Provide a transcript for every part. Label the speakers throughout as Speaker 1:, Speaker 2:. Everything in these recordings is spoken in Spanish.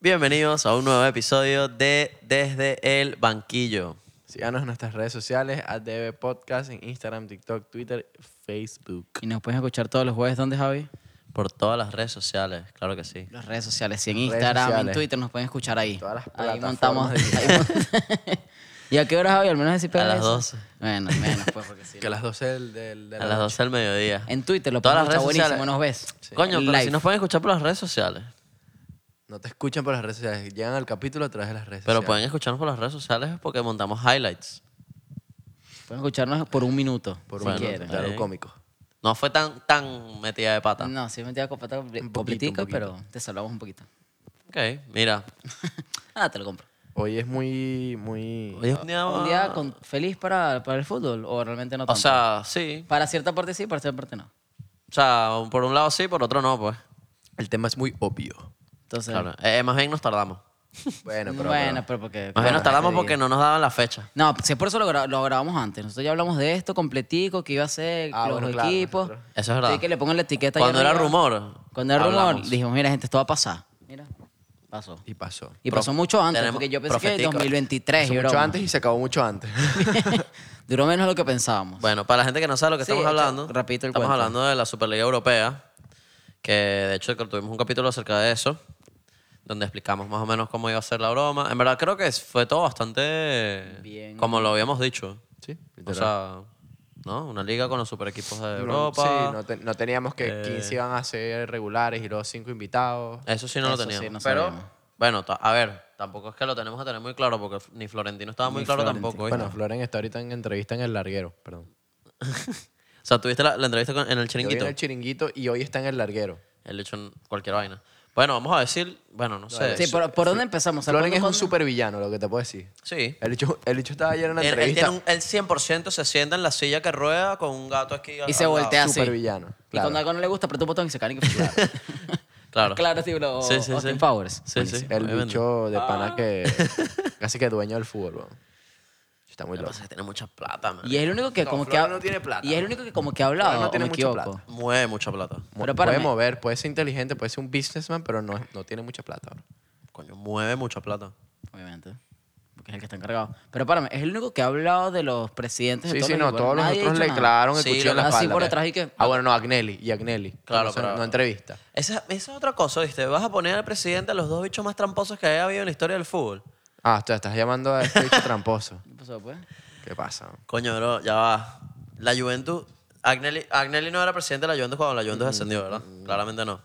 Speaker 1: Bienvenidos a un nuevo episodio de Desde el Banquillo.
Speaker 2: Síganos en nuestras redes sociales, ADB Podcast, en Instagram, TikTok, Twitter, Facebook.
Speaker 3: Y nos puedes escuchar todos los jueves, ¿dónde, Javi?
Speaker 1: Por todas las redes sociales, claro que sí.
Speaker 3: Las redes sociales, sí, en
Speaker 2: Redes
Speaker 3: Instagram,
Speaker 2: sociales.
Speaker 3: en Twitter, nos pueden escuchar ahí.
Speaker 2: Todas las
Speaker 3: ahí
Speaker 2: plataformas
Speaker 3: montamos.
Speaker 2: de-
Speaker 3: ahí mon- ¿Y a qué hora, Javi? Al menos decir
Speaker 1: A las 12.
Speaker 3: Bueno, menos, pues, porque sí.
Speaker 2: Que a las 12 del, del, de
Speaker 1: A
Speaker 2: la
Speaker 1: las
Speaker 2: noche.
Speaker 1: 12 del mediodía.
Speaker 3: En Twitter lo
Speaker 1: Todas
Speaker 3: pueden
Speaker 1: las
Speaker 3: escuchar
Speaker 1: redes sociales.
Speaker 3: buenísimo, nos ves.
Speaker 1: Coño,
Speaker 3: En
Speaker 1: pero
Speaker 3: live.
Speaker 1: si nos pueden escuchar por las redes sociales.
Speaker 2: No te escuchan por las redes sociales, llegan al capítulo a través de las redes
Speaker 1: Pero
Speaker 2: sociales.
Speaker 1: pueden escucharnos por las redes sociales porque montamos highlights.
Speaker 3: Pueden escucharnos por un minuto,
Speaker 2: Por
Speaker 3: si
Speaker 2: un
Speaker 3: quieren.
Speaker 1: está
Speaker 2: claro,
Speaker 1: bien.
Speaker 2: cómico.
Speaker 1: No fue tan, tan metida de pata.
Speaker 3: No, sí, me entiendo
Speaker 2: un
Speaker 3: completico,
Speaker 2: poquito.
Speaker 3: pero te salvamos un poquito.
Speaker 1: Ok, mira.
Speaker 3: Ah, te lo compro.
Speaker 2: Hoy es muy, muy...
Speaker 1: Hoy es un día,
Speaker 3: ¿Un día con- feliz para, para el fútbol o realmente no
Speaker 1: O
Speaker 3: tanto?
Speaker 1: sea, sí.
Speaker 3: para cierta parte sí, para cierta parte no.
Speaker 1: O sea, por un lado sí, por otro no, pues.
Speaker 2: El tema es muy obvio.
Speaker 3: Entonces,
Speaker 1: Claro. Eh, más bien nos tardamos.
Speaker 2: Bueno, pero...
Speaker 3: bueno, pero porque...
Speaker 1: Más bien nos tardamos
Speaker 2: sí.
Speaker 1: porque no nos daban la fecha.
Speaker 3: No, si es por eso lo, gra- lo grabamos antes. Nosotros ya hablamos de esto completico, que iba a ser,
Speaker 2: Ah,
Speaker 3: los
Speaker 2: bueno, claro,
Speaker 3: equipos.
Speaker 2: nosotros.
Speaker 1: Eso es verdad.
Speaker 3: Sí, que le pongan la etiqueta ahí
Speaker 1: Cuando era
Speaker 3: arriba.
Speaker 1: rumor.
Speaker 3: Cuando era rumor,
Speaker 1: hablamos.
Speaker 3: dijimos, mira, gente, esto va a pasar. Mira, pasó.
Speaker 2: Y pasó.
Speaker 3: Y
Speaker 1: Pro-
Speaker 3: pasó mucho antes,
Speaker 1: tenemos-
Speaker 3: porque yo pensé que
Speaker 1: profetico.
Speaker 3: 2023,
Speaker 2: Pasó
Speaker 3: y
Speaker 2: mucho
Speaker 3: broma.
Speaker 2: antes y se acabó mucho antes.
Speaker 3: Duró menos de lo que pensábamos.
Speaker 1: Bueno, para la gente que no sabe lo que
Speaker 3: Sí,
Speaker 1: estamos
Speaker 3: echa-
Speaker 1: hablando,
Speaker 3: repito el
Speaker 1: estamos
Speaker 3: cuento.
Speaker 1: hablando de la Superliga Europea, que de hecho que tuvimos un capítulo acerca de eso, donde explicamos más o menos cómo iba a ser la broma. En verdad creo que fue todo bastante
Speaker 3: Bien.
Speaker 1: como lo habíamos dicho.
Speaker 2: Sí,
Speaker 1: O
Speaker 2: literal.
Speaker 1: sea, ¿no? Una liga con los super equipos de
Speaker 2: No,
Speaker 1: Europa.
Speaker 2: Sí, no, te- no teníamos que 15 iban a ser regulares y luego 5 invitados.
Speaker 1: Eso sí no lo
Speaker 3: Eso sí,
Speaker 1: teníamos.
Speaker 3: no
Speaker 1: pero
Speaker 3: sabíamos.
Speaker 1: bueno, ta- a ver, tampoco es que lo tenemos que tener muy claro, porque ni Florentino estaba muy
Speaker 3: Ni
Speaker 1: claro
Speaker 3: Florentino.
Speaker 1: tampoco. ¿viste?
Speaker 2: Bueno, Floren está ahorita en entrevista en El Larguero, perdón.
Speaker 1: O sea, tuviste la, la entrevista con- en el
Speaker 2: Yo vi
Speaker 1: chiringuito.
Speaker 2: en El Chiringuito y hoy está en El Larguero.
Speaker 1: Él hecho en cualquier vaina. Bueno, vamos a decir, bueno, no sé.
Speaker 3: sí, ¿por, por dónde empezamos? O sea,
Speaker 2: Floren
Speaker 3: ¿cuándo-
Speaker 2: es un
Speaker 3: cuándo-
Speaker 2: supervillano, lo que te puedo decir.
Speaker 1: Sí.
Speaker 2: El hecho, el bicho estaba ayer en una
Speaker 1: Él, él
Speaker 2: entrevista.
Speaker 1: tiene un- él 100% se sienta en la silla que rueda con un gato aquí.
Speaker 3: Y se voltea así.
Speaker 2: supervillano,
Speaker 3: Y
Speaker 2: claro.
Speaker 3: cuando algo no le gusta, aprieta un botón y se cae. y-
Speaker 1: Claro.
Speaker 3: Claro, sí, bro.
Speaker 1: Sí, sí,
Speaker 3: Austin
Speaker 1: sí.
Speaker 3: Powers.
Speaker 1: Sí, sí.
Speaker 2: El
Speaker 1: obviamente.
Speaker 2: bicho de
Speaker 3: Ah.
Speaker 2: pana que casi que dueño del fútbol, weón. Está muy
Speaker 1: Lo que
Speaker 2: loco.
Speaker 1: pasa es que tiene mucha plata, man.
Speaker 3: Y es el único que
Speaker 2: No,
Speaker 3: como que...
Speaker 2: Flores
Speaker 3: ha-
Speaker 2: no tiene plata.
Speaker 3: Y es el único que como que ha hablado,
Speaker 2: Flores no
Speaker 3: o
Speaker 2: tiene
Speaker 3: me
Speaker 2: mucha
Speaker 3: equivoco.
Speaker 2: plata.
Speaker 1: Mueve mucha plata.
Speaker 2: Mu- puede
Speaker 3: Pero párame.
Speaker 2: mover, puede ser inteligente, puede ser un businessman, pero no, es- no tiene mucha plata. bro.
Speaker 1: Coño, mueve mucha plata.
Speaker 3: Obviamente. Porque es el que está encargado. Pero párame, es el único que ha hablado de los presidentes
Speaker 2: Sí,
Speaker 3: de
Speaker 2: sí,
Speaker 3: los
Speaker 2: no, todos
Speaker 3: equipos.
Speaker 2: los
Speaker 3: Nadie ha
Speaker 2: otros
Speaker 3: dicho
Speaker 2: le
Speaker 3: nada.
Speaker 2: clavaron el
Speaker 1: Sí,
Speaker 2: cuchillo en la
Speaker 3: así
Speaker 2: espalda.
Speaker 3: por
Speaker 2: pues.
Speaker 3: atrás y que-
Speaker 2: Ah, bueno, no, Agnelli, y Agnelli.
Speaker 1: Claro,
Speaker 2: No sé,
Speaker 1: pero-
Speaker 2: No entrevista.
Speaker 1: Esa, esa es otra cosa, ¿viste? Vas a poner al presidente a los dos bichos más tramposos que haya habido en la historia del fútbol.
Speaker 2: Ah, tú estás llamando a este bicho tramposo.
Speaker 3: ¿Qué pasó, pues?
Speaker 2: ¿Qué pasa? bro?
Speaker 1: Coño, bro, ya va. La Juventus. Agnelli, Agnelli no era presidente de la Juventus cuando la Juventus
Speaker 3: Mm.
Speaker 1: ascendió, ¿verdad? Claramente no.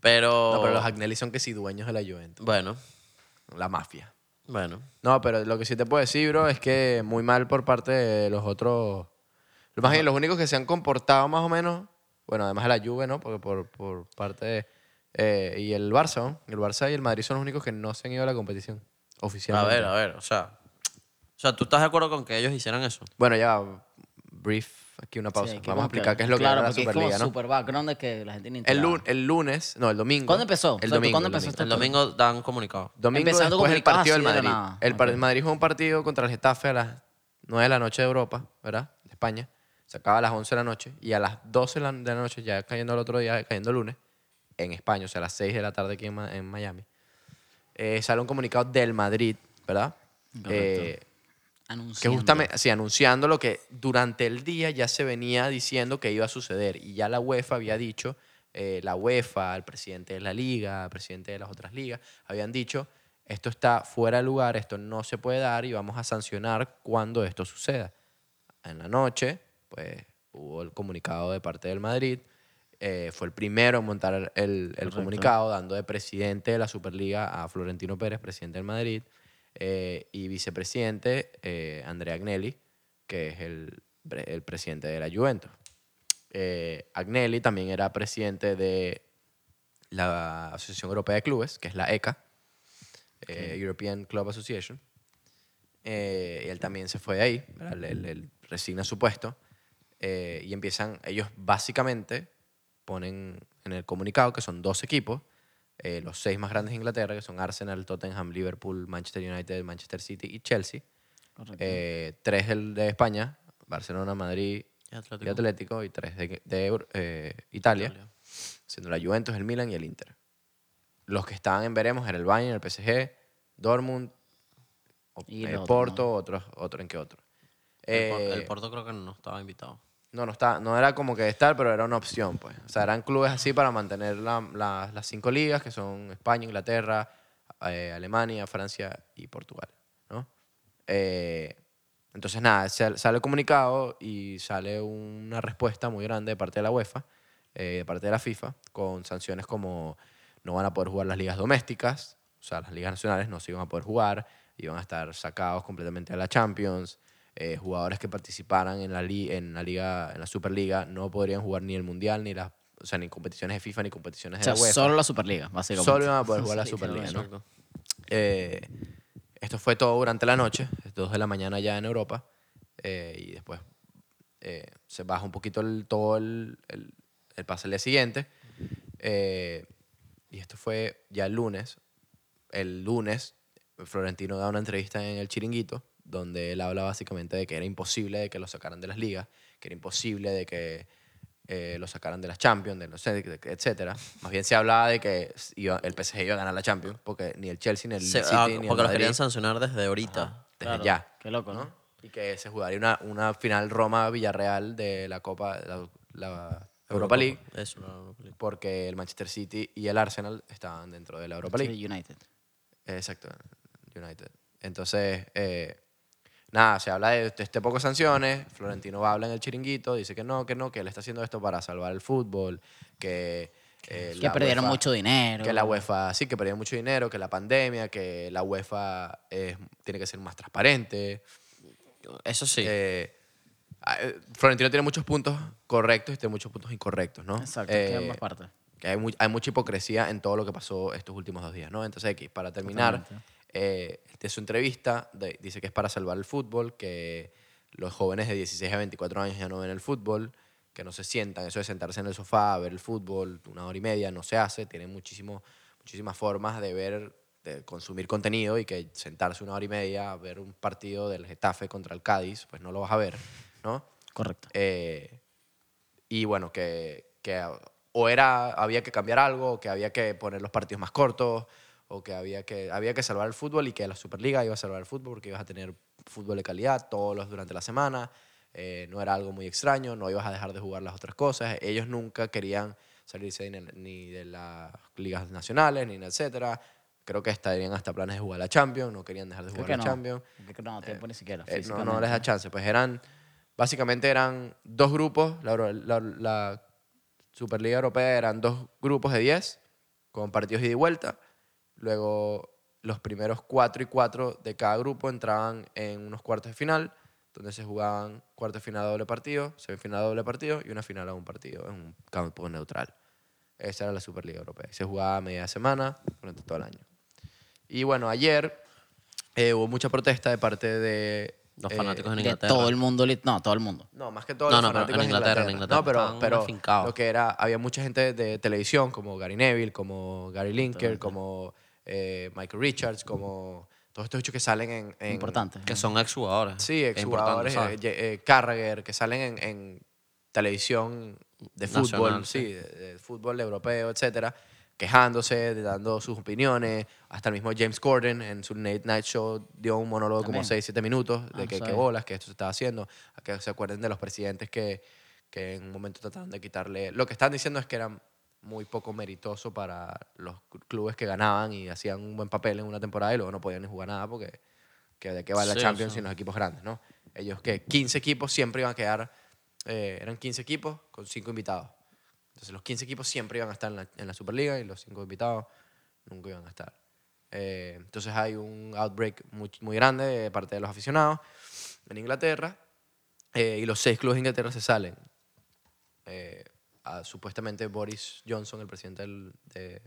Speaker 1: Pero.
Speaker 2: No, pero los Agnelli son que sí dueños de la Juventus.
Speaker 1: Bueno,
Speaker 2: La mafia.
Speaker 1: bueno.
Speaker 2: No, pero lo que sí te puedo decir, bro, es que muy mal por parte de los otros. Más bien, los únicos que se han comportado más o menos, bueno, además de la Juve, ¿no? Porque por, por parte de, eh, y el Barça, ¿no? El Barça y el Madrid son los únicos que no se han ido a la competición
Speaker 1: A
Speaker 2: oficialmente.
Speaker 1: ver, a ver, o sea. O sea, ¿tú estás de acuerdo con que ellos hicieran eso?
Speaker 2: Bueno, ya, brief, aquí una pausa.
Speaker 3: Sí, que
Speaker 2: Vamos
Speaker 3: como
Speaker 2: a explicar qué es lo que
Speaker 3: claro,
Speaker 2: era la
Speaker 3: porque
Speaker 2: Superliga,
Speaker 3: es como
Speaker 2: ¿no?
Speaker 3: super background de que la gente ni
Speaker 2: El,
Speaker 3: enteraba.
Speaker 2: lun- el lunes, no, el domingo.
Speaker 3: ¿Cuándo empezó? O sea,
Speaker 2: El
Speaker 3: ¿tú
Speaker 2: domingo.
Speaker 3: cuándo
Speaker 2: el
Speaker 3: empezó
Speaker 2: domingo.
Speaker 3: esta-
Speaker 1: El domingo dan comunicado.
Speaker 2: Domingo
Speaker 3: Empezando
Speaker 2: después el
Speaker 3: complicado
Speaker 2: partido
Speaker 3: así
Speaker 2: del
Speaker 3: de la
Speaker 2: Madrid.
Speaker 3: nada.
Speaker 2: El par-
Speaker 3: Ok.
Speaker 2: el Madrid fue un partido contra el Getafe a las 9 de la noche de Europa, ¿verdad? De España. Se acaba a las 11 de la noche y a las 12 de la- de la noche, ya cayendo el otro día, cayendo el lunes, en España, o sea, a las 6 de la tarde aquí en, Ma- en Miami, eh, sale un comunicado del Madrid, ¿verdad? Eh, que
Speaker 3: Anunciando.
Speaker 2: justamente, sí, anunciando lo que durante el día ya se venía diciendo que iba a suceder. Y ya la UEFA había dicho, eh, la UEFA, el presidente de la liga, el presidente de las otras ligas, habían dicho, esto está fuera de lugar, esto no se puede dar y vamos a sancionar cuando esto suceda. En la noche, pues hubo el comunicado de parte del Madrid. eh, fue el primero en montar el- el, el comunicado, dando de presidente de la Superliga a Florentino Pérez, presidente del Madrid, eh, y vicepresidente eh, Andrea Agnelli, que es el, pre- el presidente de la Juventus. Eh, Agnelli también era presidente de la Asociación Europea de Clubes, que es la ECA, eh, European Club Association. Eh, y él también se fue de ahí, ¿verdad? él, él- él resigna su puesto. eh, y empiezan, ellos básicamente ponen en el comunicado que son dos equipos, eh, los seis más grandes de Inglaterra, que son Arsenal, Tottenham, Liverpool, Manchester United, Manchester City y Chelsea.
Speaker 3: Correcto.
Speaker 2: Eh, tres del- de España, Barcelona, Madrid
Speaker 1: Y Atlético.
Speaker 2: y Atlético, y tres de, de, eh, Italia, siendo la Juventus, el Milan y el Inter. los que estaban en veremos era el Bayern, el PSG, Dortmund, o-
Speaker 3: Y
Speaker 2: el
Speaker 3: los otros,
Speaker 2: Porto, otros, otro en qué otro.
Speaker 1: El, Por-
Speaker 2: Eh,
Speaker 1: el Porto creo que no estaba invitado.
Speaker 2: no, no, está, no era como que estar, pero era una opción, pues. O sea, eran clubes así para mantener la- la- las cinco ligas, que son España, Inglaterra, eh, Alemania, Francia y Portugal, ¿no? Eh, entonces, nada, sal- sale el comunicado y sale una respuesta muy grande de parte de la UEFA, eh, de parte de la FIFA, con sanciones como no van a poder jugar las ligas domésticas, o sea, las ligas nacionales no se iban a poder jugar, iban a estar sacados completamente de la Champions, eh, jugadores que participaran en la, li- en la liga, en la Superliga, no podrían jugar ni el Mundial, ni las, o sea, ni competiciones de FIFA, ni competiciones
Speaker 3: O sea,
Speaker 2: de la UEFA.
Speaker 3: solo la Superliga, básicamente.
Speaker 2: Solo iban a poder jugar la Superliga, ¿no? Eh, esto fue todo durante la noche, es 2 de la mañana ya en Europa, eh, y después eh, se baja un poquito el, todo el, el, el pase al día siguiente. eh, y esto fue ya el lunes. El lunes, Florentino da una entrevista en El Chiringuito, donde él habla básicamente de que era imposible de que lo sacaran de las ligas, que era imposible de que eh, lo sacaran de las Champions, de no sé, de- etcétera. Más bien se hablaba de que iba- el PSG iba a ganar la Champions, porque ni el Chelsea, ni el
Speaker 1: Se-
Speaker 2: City,
Speaker 1: ah,
Speaker 2: ni el
Speaker 1: porque los
Speaker 2: Madrid-
Speaker 1: querían sancionar desde ahorita.
Speaker 2: desde
Speaker 3: Claro,
Speaker 2: ya.
Speaker 3: Qué loco, ¿no?
Speaker 2: Y que se jugaría una, una final Roma-Villarreal de la Copa, la, la Europa League,
Speaker 1: Eso, la Europa League.
Speaker 2: porque el Manchester City y el Arsenal estaban dentro de la Europa League.
Speaker 3: Sí, United.
Speaker 2: Exacto, United. Entonces, eh, nada, se habla de este poco sanciones. Florentino habla en el chiringuito, dice que no, que no, que él está haciendo esto para salvar el fútbol, que. eh,
Speaker 3: Que
Speaker 2: la
Speaker 3: perdieron
Speaker 2: UEFA-
Speaker 3: mucho dinero.
Speaker 2: que la UEFA, sí, que perdió mucho dinero, que la pandemia, que la UEFA es- tiene que ser más transparente.
Speaker 1: Eso sí.
Speaker 2: Eh, ah, eh, Florentino tiene muchos puntos correctos y tiene muchos puntos incorrectos, ¿no?
Speaker 3: Exacto,
Speaker 2: Eh,
Speaker 3: que ambas partes.
Speaker 2: que hay, mu- hay mucha hipocresía en todo lo que pasó estos últimos dos días, ¿no? Entonces, X, para terminar, eh, de su entrevista, de- dice que es para salvar el fútbol, que los jóvenes de 16 a 24 años ya no ven el fútbol, que no se sientan, eso de sentarse en el sofá a ver el fútbol una hora y media no se hace, tienen muchísimo, muchísimas formas de ver, de consumir contenido y que sentarse una hora y media a ver un partido del Getafe contra el Cádiz, pues no lo vas a ver, ¿no?
Speaker 3: Correcto.
Speaker 2: Eh, y bueno, que, que o era, había que cambiar algo, o que había que poner los partidos más cortos, o que había que, había que salvar el fútbol y que la Superliga iba a salvar el fútbol porque ibas a tener fútbol de calidad todos los durante la semana. eh, no era algo muy extraño, no ibas a dejar de jugar las otras cosas. Ellos nunca querían salirse ni, ni de las ligas nacionales, ni etcétera. Creo que estarían hasta planes de jugar la Champions, no querían dejar de
Speaker 3: Creo
Speaker 2: jugar
Speaker 3: que
Speaker 2: la
Speaker 3: no.
Speaker 2: Champions.
Speaker 3: Creo que no, tiempo ni siquiera.
Speaker 2: Eh, no, no
Speaker 3: físicamente.
Speaker 2: les da chance. Pues eran, básicamente eran dos grupos, la, Euro- la- la Superliga Europea eran dos grupos de 10 con partidos de ida y vuelta. Luego los primeros cuatro y cuatro de cada grupo entraban en unos cuartos de final, donde se jugaban cuartos de final a doble partido, semifinal a doble partido y una final a un partido en un campo neutral. Esa era la Superliga Europea. Se jugaba a media semana durante todo el año. Y bueno, ayer eh, hubo mucha protesta de parte de...
Speaker 1: los
Speaker 2: eh,
Speaker 1: fanáticos en
Speaker 3: De
Speaker 1: Inglaterra.
Speaker 3: todo el mundo. lit- No, todo el mundo.
Speaker 2: No, más que todo
Speaker 1: No,
Speaker 2: los
Speaker 1: no, pero
Speaker 2: fanáticos
Speaker 1: en
Speaker 2: de
Speaker 1: Inglaterra, en
Speaker 2: No,
Speaker 1: Inglaterra
Speaker 2: pero,
Speaker 1: estaban
Speaker 2: pero
Speaker 1: afincados.
Speaker 2: lo que era, había mucha gente de televisión, como Gary Neville, como Gary Linker, como eh, Michael Richards, como todos estos hechos que salen en... en-
Speaker 3: Importante.
Speaker 1: Que son exjugadores.
Speaker 2: Sí,
Speaker 1: Que es importante,
Speaker 2: exjugadores,
Speaker 1: ¿sabes?
Speaker 2: eh, eh, Carragher, que salen en, en televisión de fútbol,
Speaker 1: Nacional,
Speaker 2: sí,
Speaker 1: sí.
Speaker 2: de, de fútbol europeo, etcétera, quejándose, de- dando sus opiniones. Hasta el mismo James Corden en su Late Night Show dio un monólogo como
Speaker 3: También.
Speaker 2: 6, 7 minutos
Speaker 3: Ah,
Speaker 2: de que, que
Speaker 3: sabía.
Speaker 2: bolas, que esto se estaba haciendo. A que se acuerden de los presidentes que, que en un momento trataron de quitarle. Lo que están diciendo es que eran muy poco meritoso para los cl- clubes que ganaban y hacían un buen papel en una temporada y luego no podían ni jugar nada porque que de qué va la
Speaker 1: Sí,
Speaker 2: Champions
Speaker 1: sí.
Speaker 2: sin los equipos grandes, ¿no? Ellos que 15 equipos siempre iban a quedar, eh, eran 15 equipos con 5 invitados. Entonces los 15 equipos siempre iban a estar en la, en la Superliga y los 5 invitados nunca iban a estar. Eh, entonces hay un outbreak muy, muy grande de parte de los aficionados en Inglaterra eh, y los seis clubes de Inglaterra se salen. Eh, a- supuestamente Boris Johnson, el presidente del de-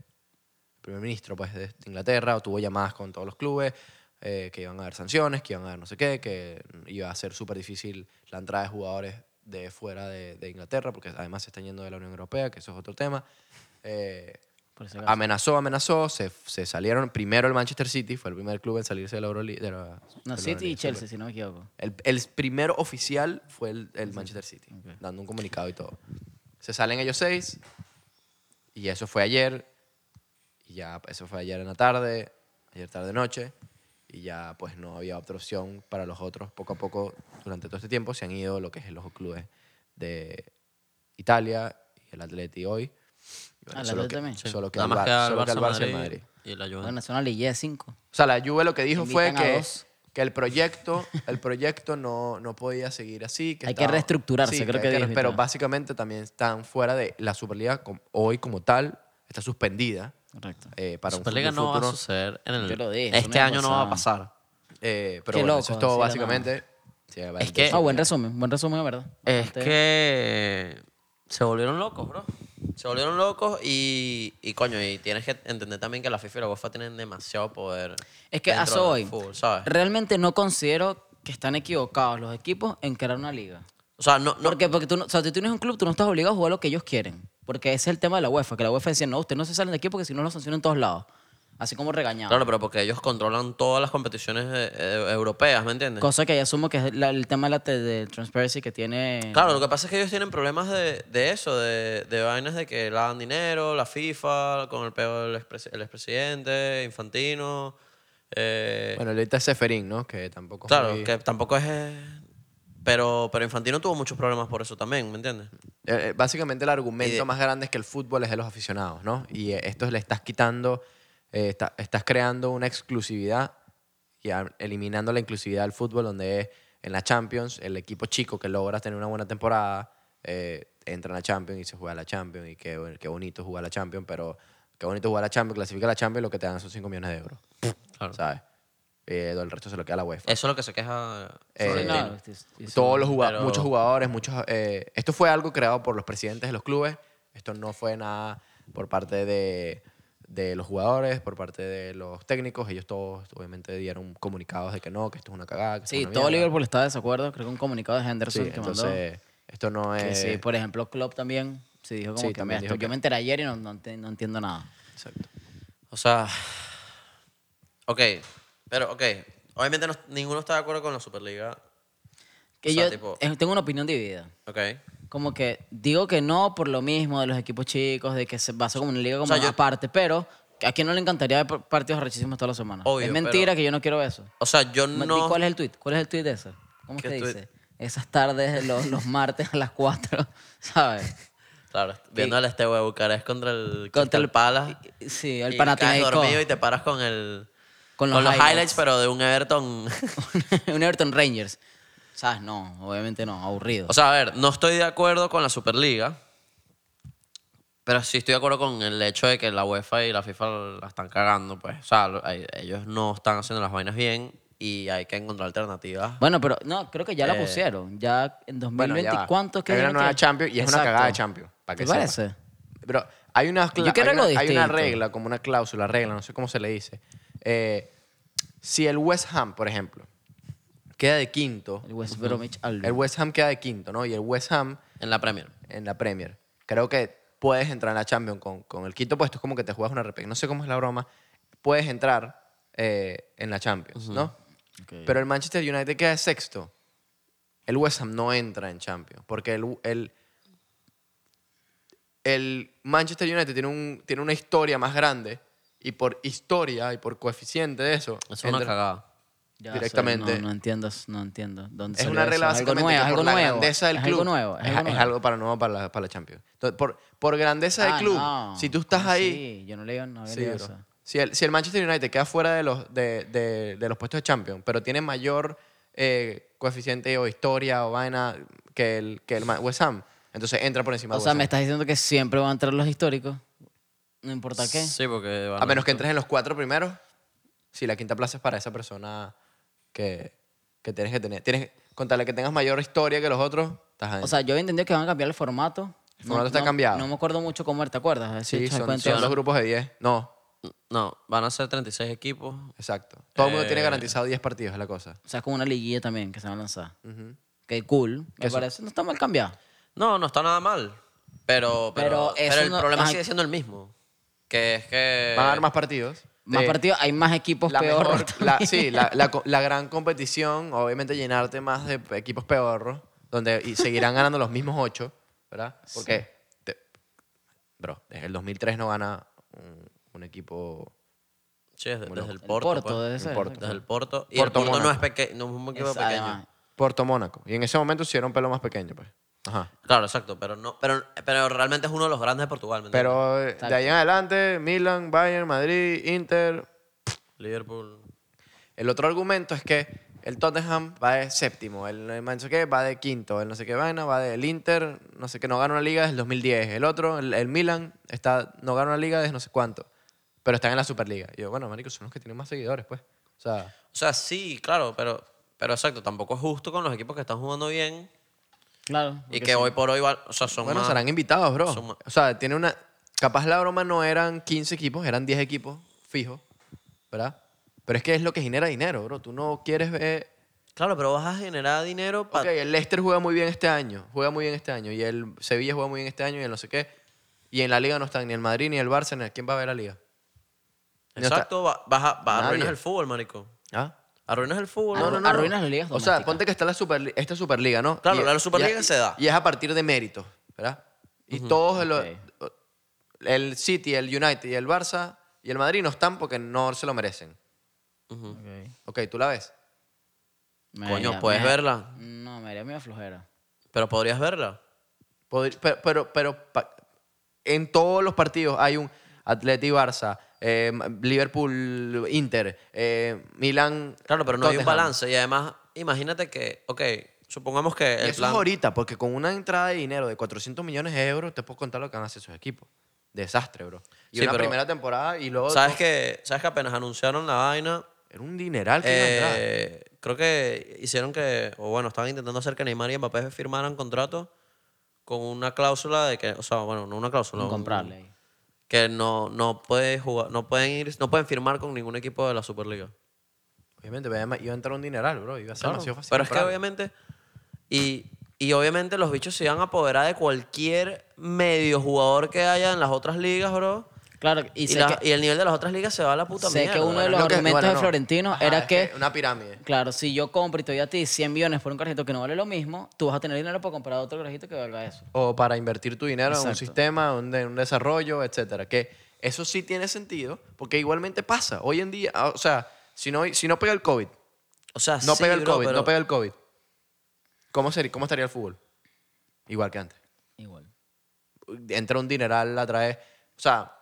Speaker 2: primer ministro pues, de Inglaterra, tuvo llamadas con todos los clubes eh, que iban a haber sanciones, que iban a haber no sé qué, que iba a ser súper difícil la entrada de jugadores de fuera de, de Inglaterra, porque además se están yendo de la Unión Europea, que eso es otro tema. Eh,
Speaker 3: Por si acaso.
Speaker 2: amenazó, amenazó, se, se salieron primero el Manchester City, fue el primer club en salirse de la Euroliga. de la-
Speaker 3: No,
Speaker 2: de la
Speaker 3: City y
Speaker 2: Euroliga,
Speaker 3: Chelsea, si no me equivoco.
Speaker 2: el, el primero oficial fue el, el Manchester City, dando un comunicado y todo. Se salen ellos seis, y eso fue ayer, y Y ya, eso fue ayer en la tarde, ayer tarde noche, y ya pues no había otra opción para los otros. Poco a poco, durante todo este tiempo, se han ido lo que es los clubes de Italia y el Atleti hoy. Y
Speaker 3: Ah, el
Speaker 2: solo
Speaker 3: Atleti
Speaker 2: que-
Speaker 3: también. Sí.
Speaker 2: Solo que
Speaker 1: Nada
Speaker 2: el
Speaker 1: más
Speaker 2: Bar-
Speaker 1: que al
Speaker 2: solo que
Speaker 1: Barça,
Speaker 2: el Barça y el Madrid.
Speaker 1: y la Juventus.
Speaker 3: Bueno, es una liguilla de cinco.
Speaker 2: O sea, la Juve lo que dijo fue
Speaker 3: Invitan a
Speaker 2: que,
Speaker 3: dos.
Speaker 2: que el proyecto, el proyecto no, no podía seguir así. Que
Speaker 3: Hay que
Speaker 2: estaba-
Speaker 3: reestructurarse, creo que
Speaker 2: hay
Speaker 3: dijo y
Speaker 2: Pero
Speaker 3: tal.
Speaker 2: básicamente también están fuera de la Superliga com- hoy como tal, está suspendida
Speaker 3: Correcto.
Speaker 2: eh, para
Speaker 1: Superliga
Speaker 2: un fu-
Speaker 1: no
Speaker 2: futuro.
Speaker 1: va a suceder en el.
Speaker 3: Yo lo dije, eso
Speaker 1: este
Speaker 3: no iba a
Speaker 1: año no va a
Speaker 3: pasar.
Speaker 1: pasar.
Speaker 2: Eh, pero
Speaker 3: Qué
Speaker 2: bueno, eso
Speaker 3: loco,
Speaker 2: es todo
Speaker 3: sí, era
Speaker 2: básicamente. Sí,
Speaker 1: Es
Speaker 2: bueno,
Speaker 1: que-
Speaker 3: Ah, buen resumen, buen resumen, la verdad.
Speaker 1: Es
Speaker 3: Este-
Speaker 1: que se volvieron locos, bro. Se volvieron locos y, y coño, y tienes que entender también que la FIFA y la UEFA tienen demasiado poder.
Speaker 3: Es que a
Speaker 1: dentro
Speaker 3: eso
Speaker 1: del
Speaker 3: hoy,
Speaker 1: fútbol, ¿sabes?
Speaker 3: realmente no considero que están equivocados los equipos en crear una liga.
Speaker 1: O sea, no, no-
Speaker 3: Porque, porque tú, no- o sea, si tú tienes un club, tú no estás obligado a jugar lo que ellos quieren. Porque ese es el tema de la UEFA, que la UEFA decía, no, ustedes no se salen de aquí porque si no los sancionan en todos lados. Así como regañados.
Speaker 1: claro, pero porque ellos controlan todas las competiciones eh, eh, europeas, ¿me entiendes?
Speaker 3: Cosa que ya asumo que es la- el tema de la te- de transparency que tiene...
Speaker 1: Claro, lo que pasa es que ellos tienen problemas de, de eso, de, de vainas de que lavan dinero, la FIFA, con el peo del expres- el expresidente, Infantino. eh,
Speaker 2: bueno, ahorita es Seferín, ¿no? Que tampoco. es
Speaker 1: claro,
Speaker 2: muy-
Speaker 1: que tampoco es... eh, Pero, pero Infantino tuvo muchos problemas por eso también, ¿me entiendes?
Speaker 2: Eh, eh, Básicamente el argumento
Speaker 1: Y de-
Speaker 2: más grande es que el fútbol es de los aficionados, ¿no? Y eh, esto le estás quitando, eh, está- estás creando una exclusividad y a- eliminando la inclusividad del fútbol donde es en la Champions, el equipo chico que logra tener una buena temporada, eh, entra a la Champions y se juega a la Champions y qué, bu- qué bonito jugar a la Champions, pero qué bonito jugar a la Champions, clasifica a la Champions y lo que te dan son 5 millones de euros,
Speaker 1: Claro.
Speaker 2: ¿sabes? Eh, el resto se lo queda a la UEFA.
Speaker 1: Eso es lo que se queja.
Speaker 2: Eh,
Speaker 3: Sí,
Speaker 1: Florentino.
Speaker 3: no, es- es-
Speaker 2: Todos los jugado-
Speaker 1: pero-
Speaker 2: muchos jugadores, muchos. eh, esto fue algo creado por los presidentes de los clubes. Esto no fue nada por parte de, de los jugadores, por parte de los técnicos. Ellos todos, obviamente, dieron comunicados de que no, que esto es una cagada. que esto es
Speaker 3: Sí,
Speaker 2: una
Speaker 3: todo
Speaker 2: mierda.
Speaker 3: Liverpool está de desacuerdo. Creo que un comunicado de
Speaker 2: Sí,
Speaker 3: Henderson que mandó.
Speaker 2: entonces, esto no
Speaker 3: Que
Speaker 2: es.
Speaker 1: Eh,
Speaker 3: sí, pues, por ejemplo, Klopp también. Sí, dijo como
Speaker 2: sí,
Speaker 3: que
Speaker 2: también
Speaker 3: "Mira,
Speaker 2: dijo
Speaker 3: esto
Speaker 2: que-
Speaker 3: yo me enteré ayer y no, no enti- no entiendo nada.
Speaker 2: Exacto.
Speaker 1: O sea. Ok. Pero, ok. Obviamente no- ninguno está de acuerdo con la Superliga.
Speaker 3: Que
Speaker 1: O sea,
Speaker 3: yo
Speaker 1: tipo-
Speaker 3: eh, tengo una opinión dividida.
Speaker 1: Ok.
Speaker 3: Como que digo que no por lo mismo de los equipos chicos, de que se va a hacer como una liga como
Speaker 1: sea, yo-
Speaker 3: aparte, pero ¿a quién no le encantaría ver par- partidos arrechísimos todas las semanas?
Speaker 1: Obvio,
Speaker 3: es mentira
Speaker 1: pero-
Speaker 3: que yo no quiero eso.
Speaker 1: O sea, yo
Speaker 3: Ma- di
Speaker 1: no.
Speaker 3: ¿Cuál es el tweet? ¿Cuál es el tweet de eso? ¿Cómo es
Speaker 1: ¿Qué
Speaker 3: que
Speaker 1: tuit?
Speaker 3: dice? Esas tardes, los, los martes a las 4, ¿sabes?
Speaker 1: Claro, viendo al este huevo, Bucarest contra el.
Speaker 3: Contra el-
Speaker 1: Pala.
Speaker 3: Y- Sí, el
Speaker 1: y
Speaker 3: Panathinaikos.
Speaker 1: Caes dormido y te paras con el.
Speaker 3: Con los highlights.
Speaker 1: pero de un Everton.
Speaker 3: un Everton Rangers. ¿Sabes? No, obviamente no, aburrido.
Speaker 1: o sea, a ver, no estoy de acuerdo con la Superliga. Pero sí estoy de acuerdo con el hecho de que la UEFA y la FIFA la están cagando, pues. O sea, lo- hay- ellos no están haciendo las vainas bien y hay que encontrar alternativas.
Speaker 3: bueno, pero no, creo que ya la
Speaker 1: Eh,
Speaker 3: pusieron. Ya en 2020,
Speaker 2: Bueno, ya va.
Speaker 3: ¿cuántos que
Speaker 2: Hay una
Speaker 3: dijeron
Speaker 2: nueva
Speaker 3: que-
Speaker 2: Champions y es una
Speaker 3: Exacto.
Speaker 2: cagada de Champions. Para que
Speaker 3: ¿Te
Speaker 2: sepa.
Speaker 3: parece?
Speaker 2: Pero hay una,
Speaker 3: Yo
Speaker 2: cla-
Speaker 3: quiero
Speaker 2: hay, una,
Speaker 3: algo
Speaker 2: hay una
Speaker 3: distinto.
Speaker 2: regla, como una cláusula, regla, no sé cómo se le dice. Eh, si el West Ham, por ejemplo, queda de quinto,
Speaker 3: El West Bromwich Albion.
Speaker 2: el West Ham queda de quinto, ¿no? Y el West Ham
Speaker 1: En la Premier.
Speaker 2: en la Premier. Creo que puedes entrar en la Champions con, con el quinto puesto, es como que te juegas una repecha. No sé cómo es la broma. Puedes entrar eh, en la Champions, ¿no? Pero el Manchester United queda de sexto. El West Ham no entra en Champions porque el, el, el Manchester United tiene, un, tiene una historia más grande y por historia y por coeficiente de eso.
Speaker 1: Es una
Speaker 2: entra-
Speaker 1: cagada.
Speaker 3: Ya,
Speaker 2: directamente.
Speaker 3: no, no entiendo, no entiendo. ¿Dónde
Speaker 2: Es
Speaker 3: salió
Speaker 2: una
Speaker 3: eso?
Speaker 2: regla
Speaker 3: Es algo
Speaker 2: básicamente
Speaker 3: nuevo,
Speaker 2: que
Speaker 3: algo
Speaker 2: por la
Speaker 3: nuevo.
Speaker 2: grandeza del
Speaker 3: Es
Speaker 2: club.
Speaker 3: algo nuevo, es
Speaker 2: a-
Speaker 3: algo nuevo.
Speaker 2: para nuevo para la, para la Champions. Entonces, por, por grandeza del
Speaker 3: Ah,
Speaker 2: club,
Speaker 3: no.
Speaker 2: si tú estás
Speaker 3: Ah,
Speaker 2: ahí.
Speaker 3: Sí, yo no le digo, no había
Speaker 2: Sí,
Speaker 3: leído
Speaker 2: bro.
Speaker 3: eso.
Speaker 2: Si el, si el Manchester United queda fuera de los, de, de- de los puestos de Champions, pero tiene mayor eh, coeficiente o historia o vaina que el, que el Ma- West Ham, entonces entra por encima
Speaker 3: O
Speaker 2: del
Speaker 3: sea,
Speaker 2: West
Speaker 3: me
Speaker 2: Ham.
Speaker 3: estás diciendo que siempre van a entrar los históricos. No importa qué.
Speaker 1: Sí, porque. van
Speaker 2: A menos que entres en los cuatro primeros, si la quinta plaza es para esa persona que, que tienes que tener. Tienes, contarle que tengas mayor historia que los otros, estás
Speaker 3: O
Speaker 2: adentro.
Speaker 3: sea, yo había entendido que van a cambiar el formato.
Speaker 2: El formato está cambiado.
Speaker 3: No me acuerdo mucho cómo era, ¿te acuerdas? A ver si
Speaker 2: sí,
Speaker 3: echas el
Speaker 2: son,
Speaker 3: cuento.
Speaker 2: son dos grupos de 10. No,
Speaker 1: No, van a ser 36 equipos.
Speaker 2: exacto. Todo el mundo tiene
Speaker 1: Eh,
Speaker 2: garantizado 10 partidos, es la cosa.
Speaker 3: O sea, es como una liguilla también que se van a lanzar. Que cool, me parece. No está mal cambiado.
Speaker 1: No, no está nada mal. Pero, pero,
Speaker 3: Pero
Speaker 1: pero
Speaker 3: eso
Speaker 1: el
Speaker 3: no-
Speaker 1: problema
Speaker 3: ajá.
Speaker 1: sigue siendo el mismo. Que es que.
Speaker 2: Van a haber más partidos. Eh,
Speaker 3: Más
Speaker 2: de-
Speaker 3: partidos, hay más equipos
Speaker 2: la
Speaker 3: peor.
Speaker 2: mejor- la- sí, la, la co- la gran competición, obviamente llenarte más de equipos peorros, donde y seguirán ganando los mismos ocho, ¿verdad? Porque, te- bro, desde el 2003 no gana un, un equipo.
Speaker 1: Sí, es de-
Speaker 2: Muy
Speaker 1: desde
Speaker 2: loco.
Speaker 1: el
Speaker 3: El
Speaker 1: Porto.
Speaker 3: Porto
Speaker 1: pues.
Speaker 3: debe ser,
Speaker 2: Porto.
Speaker 3: exacto.
Speaker 1: Desde el Porto. Y
Speaker 2: Porto
Speaker 1: el Porto no es,
Speaker 2: Mónaco.
Speaker 1: peque- no es un equipo
Speaker 3: Es-
Speaker 1: pequeño.
Speaker 3: además,
Speaker 2: Porto Mónaco. Y en ese momento sí era un pelo más pequeño, pues. Ajá.
Speaker 1: Claro, exacto. Pero, no, pero, pero realmente es uno de los grandes de Portugal. ¿me entiendes?
Speaker 2: Pero eh, de ahí en adelante, Milan, Bayern, Madrid, Inter.
Speaker 1: Liverpool.
Speaker 2: El otro argumento es que el Tottenham va de séptimo, el el no sé qué va de quinto, el no sé qué vaina va del Inter, no sé qué, no gana una liga desde el 2010. El otro, el, el Milan, está, no gana una liga desde no sé cuánto, pero están en la Superliga. Y yo, bueno, marico, son los que tienen más seguidores, pues. O sea,
Speaker 1: O sea, sí, claro, pero, pero exacto. Tampoco es justo con los equipos que están jugando bien
Speaker 3: Claro.
Speaker 1: y
Speaker 3: porque
Speaker 1: que hoy por hoy va- o sea, son
Speaker 2: bueno,
Speaker 1: más.
Speaker 2: serán invitados, bro.
Speaker 1: son más-
Speaker 2: O sea, tiene una... Capaz la broma no eran 15 equipos, eran 10 equipos fijos, ¿verdad? Pero es que es lo que genera dinero, bro. Tú no quieres ver...
Speaker 1: Claro, pero vas a generar dinero
Speaker 2: Ok,
Speaker 1: para.
Speaker 2: el Leicester juega muy bien este año, juega muy bien este año, y el Sevilla juega muy bien este año, y el no sé qué. Y en la liga no están ni el Madrid ni el Barça, ni- ¿quién va a ver la liga? No está-
Speaker 1: Exacto, va- vas a, va-
Speaker 2: Nadie.
Speaker 1: arruinas el fútbol, marico.
Speaker 2: ¿Ah?
Speaker 1: Arruinas el fútbol.
Speaker 3: Arru-
Speaker 1: no, no, no.
Speaker 3: arruinas las ligas
Speaker 2: O sea,
Speaker 3: domésticas.
Speaker 2: ponte que está la Superli- esta Superliga, ¿no?
Speaker 1: Claro,
Speaker 2: Y-
Speaker 1: la Superliga
Speaker 2: y es-
Speaker 1: se da.
Speaker 2: Y es a partir de méritos, ¿verdad? Y todos los... El City, el United y el Barça y el Madrid no están porque no se lo merecen.
Speaker 1: Ujú.
Speaker 3: Ok.
Speaker 2: Ok, ¿tú la ves?
Speaker 3: Me
Speaker 1: Coño,
Speaker 3: daría-
Speaker 1: ¿puedes
Speaker 3: me-
Speaker 1: verla?
Speaker 3: No, me haría medio flojera.
Speaker 1: Pero podrías verla.
Speaker 2: Podri- pero, pero, pero pa- en todos los partidos hay un Atleti Barça, eh, Liverpool Inter, eh, Milán.
Speaker 1: Claro, pero no hay un
Speaker 2: Tottenham.
Speaker 1: balance. Y además, imagínate que, ok, supongamos que
Speaker 2: Y
Speaker 1: el
Speaker 2: eso
Speaker 1: plan.
Speaker 2: es ahorita, porque con una entrada de dinero de 400 millones de euros te puedo contar lo que van a hacer esos equipos. Desastre, bro. Y
Speaker 1: Sí,
Speaker 2: una
Speaker 1: pero-
Speaker 2: primera temporada y luego.
Speaker 1: ¿Sabes que, ¿Sabes que apenas anunciaron la vaina?
Speaker 2: Era un dineral que iba a entrar.
Speaker 1: eh, creo que hicieron que, o bueno, estaban intentando hacer que Neymar y Mbappé firmaran contratos con una cláusula de que, o sea, bueno, no una cláusula.
Speaker 3: No,
Speaker 1: un-
Speaker 3: comprarle. ahí.
Speaker 1: Que no, no puede jugar, no pueden ir, no pueden firmar con ningún equipo de la Superliga.
Speaker 2: Obviamente, iba a- iba a entrar un dineral, bro. Iba a ser
Speaker 1: Claro,
Speaker 2: demasiado Ah, fácil.
Speaker 1: Pero es que
Speaker 2: comprarlo.
Speaker 1: obviamente. Y, y obviamente los bichos se iban a apoderar de cualquier medio jugador que haya en las otras ligas, bro.
Speaker 3: Claro,
Speaker 1: Y,
Speaker 3: y sé
Speaker 1: la-
Speaker 3: que,
Speaker 1: y el nivel de las otras ligas se va a la puta
Speaker 3: sé
Speaker 1: mierda.
Speaker 3: que uno de
Speaker 1: ¿verdad?
Speaker 3: los
Speaker 2: Lo que-
Speaker 3: argumentos
Speaker 2: bueno,
Speaker 3: de
Speaker 2: no.
Speaker 3: Florentino
Speaker 2: Ajá,
Speaker 3: era
Speaker 2: es
Speaker 3: que,
Speaker 2: Una pirámide.
Speaker 3: claro, si yo compro y te doy a ti 100 millones por un carajito que no vale lo mismo, tú vas a tener dinero para comprar otro carajito que valga eso.
Speaker 2: o para invertir tu dinero en un
Speaker 3: Exacto.
Speaker 2: sistema, un de- en un desarrollo, etcétera. Que eso sí tiene sentido, porque igualmente pasa. Hoy en día, ah, o sea, si no, si no pega el COVID,
Speaker 1: O sea,
Speaker 2: no
Speaker 1: sí,
Speaker 2: pega el
Speaker 1: bro,
Speaker 2: COVID,
Speaker 1: pero-
Speaker 2: no pega el COVID, ¿cómo, sería, ¿cómo estaría el fútbol? Igual que antes.
Speaker 3: Igual.
Speaker 2: Entra un dineral a través, o sea,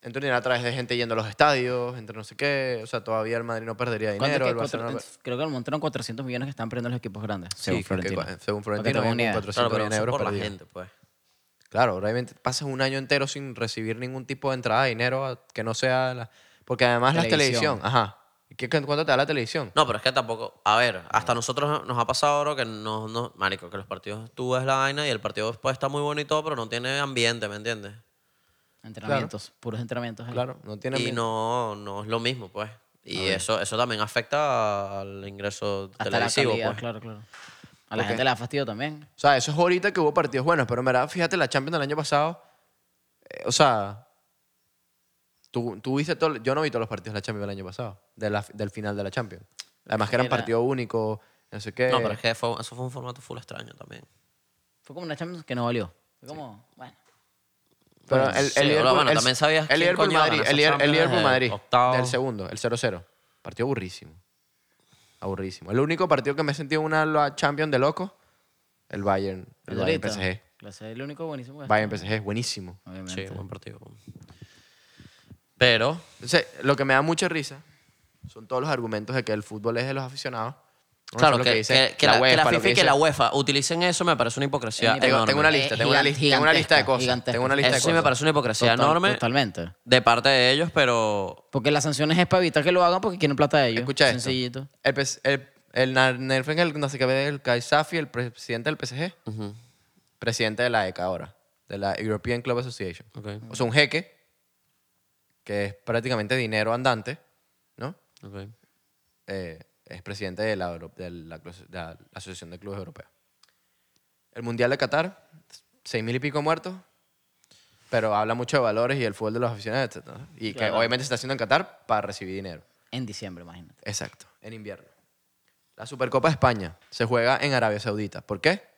Speaker 2: entra un dineral a través de gente yendo a los estadios, entre no sé qué, o sea, todavía el Madrid no perdería
Speaker 3: ¿Cuánto es
Speaker 2: dinero,
Speaker 3: que
Speaker 2: el
Speaker 3: cuatro-
Speaker 2: Barcelona... no per-
Speaker 3: creo que montaron 400 millones que están perdiendo los equipos grandes, según
Speaker 2: Sí, creo que
Speaker 3: Florentino.
Speaker 2: cua- según
Speaker 3: Para que
Speaker 2: Florentino,
Speaker 3: tengas una
Speaker 2: en
Speaker 3: idea.
Speaker 2: 400
Speaker 1: Claro, pero
Speaker 2: millones de
Speaker 1: eso
Speaker 2: euros
Speaker 1: por la
Speaker 2: perdidos.
Speaker 1: gente, pues.
Speaker 2: Claro, realmente pasas un año entero sin recibir ningún tipo de entrada de dinero a- que no sea la... Porque además la televisión,
Speaker 3: Televisión.
Speaker 2: ajá. ¿Qué, qué- ¿Cuánto te da la televisión?
Speaker 1: No, pero es que tampoco. A ver, hasta nosotros nos ha pasado, bro, que no, no. Marico, que los partidos tú ves la vaina y el partido después está muy bonito, pero no tiene ambiente, ¿me entiendes?
Speaker 3: Entrenamientos, puros entrenamientos. ahí.
Speaker 2: Claro, no tiene...
Speaker 1: Y
Speaker 2: mi-
Speaker 1: no, no es lo mismo, pues. Y eso, eso también afecta al ingreso
Speaker 3: Hasta la
Speaker 1: televisivo,
Speaker 3: calidad,
Speaker 1: pues.
Speaker 3: claro, claro. A la gente le da fastidio también.
Speaker 2: O sea, eso es ahorita que hubo partidos buenos, pero en verdad, fíjate, la Champions del año pasado, eh, o sea, tú, tú viste todo, yo no vi todos los partidos de la Champions del año pasado, de la- del final de la Champions. Además que eran
Speaker 3: Mira.
Speaker 2: partido único, no sé qué.
Speaker 1: No, pero es que fue- eso fue un formato full extraño también.
Speaker 3: Fue como una Champions que no valió. Fue como, bueno.
Speaker 2: Pero el, el
Speaker 1: Sí, bro,
Speaker 2: Liverpool-
Speaker 1: bueno,
Speaker 2: el-
Speaker 1: también sabías
Speaker 2: el
Speaker 1: quién
Speaker 2: Liverpool
Speaker 1: coño va a
Speaker 2: Madrid,
Speaker 1: ganar esa
Speaker 2: el, Lier- el
Speaker 1: Champions
Speaker 2: Liverpool
Speaker 1: del
Speaker 2: Madrid,
Speaker 1: octavo.
Speaker 2: del segundo, el 0-0. Partido aburrísimo. Aburrísimo. El único partido que me he sentido una lo- Champions de loco, el Bayern, el Bayern
Speaker 3: Dorito.
Speaker 2: PSG.
Speaker 3: Clase, el único buenísimo que está,
Speaker 2: Bayern PSG, buenísimo.
Speaker 1: Sí,
Speaker 3: obviamente.
Speaker 1: buen partido. Pero,
Speaker 2: Entonces, lo que me da mucha risa son todos los argumentos de que el fútbol es de los aficionados. ¿no?
Speaker 1: claro,
Speaker 2: Eso es lo
Speaker 1: que,
Speaker 2: dice
Speaker 1: que- que la, que la
Speaker 2: UEFA, lo
Speaker 1: FIFA y que
Speaker 2: dice-
Speaker 1: la UEFA utilicen eso me parece una hipocresía.
Speaker 3: Es
Speaker 2: Tengo,
Speaker 1: enorme.
Speaker 2: tengo una
Speaker 3: Es
Speaker 2: lista, tengo una, lista,
Speaker 3: gigantesca,
Speaker 2: tengo una lista de cosas.
Speaker 3: gigantesca.
Speaker 2: Tengo una lista
Speaker 1: Eso
Speaker 2: de
Speaker 1: sí me
Speaker 2: cosas.
Speaker 1: parece una hipocresía
Speaker 3: Total-
Speaker 1: enorme
Speaker 3: Totalmente.
Speaker 1: de parte de ellos, pero
Speaker 3: Porque las sanciones es para evitar que lo hagan porque quieren plata de ellos.
Speaker 2: Escucha esto.
Speaker 3: Sencillito.
Speaker 2: El, pes- el, el Nar- Nerfen, el no sé qué, el Kaisafi, el presidente del PSG, presidente de la ECA ahora, de la European Club Association.
Speaker 1: Ok.
Speaker 2: O sea, un jeque, que es prácticamente dinero andante, ¿no?
Speaker 1: ok.
Speaker 2: Eh, es presidente de la, Euro- de la clos- de la Asociación de Clubes Europeos. El Mundial de Qatar, seis mil y pico muertos, pero habla mucho de valores y el fútbol de los aficionados, etc. Y que obviamente se está haciendo en Qatar para recibir dinero.
Speaker 3: En diciembre, imagínate.
Speaker 2: Exacto, en invierno. La Supercopa de España se juega en Arabia Saudita. ¿Por qué?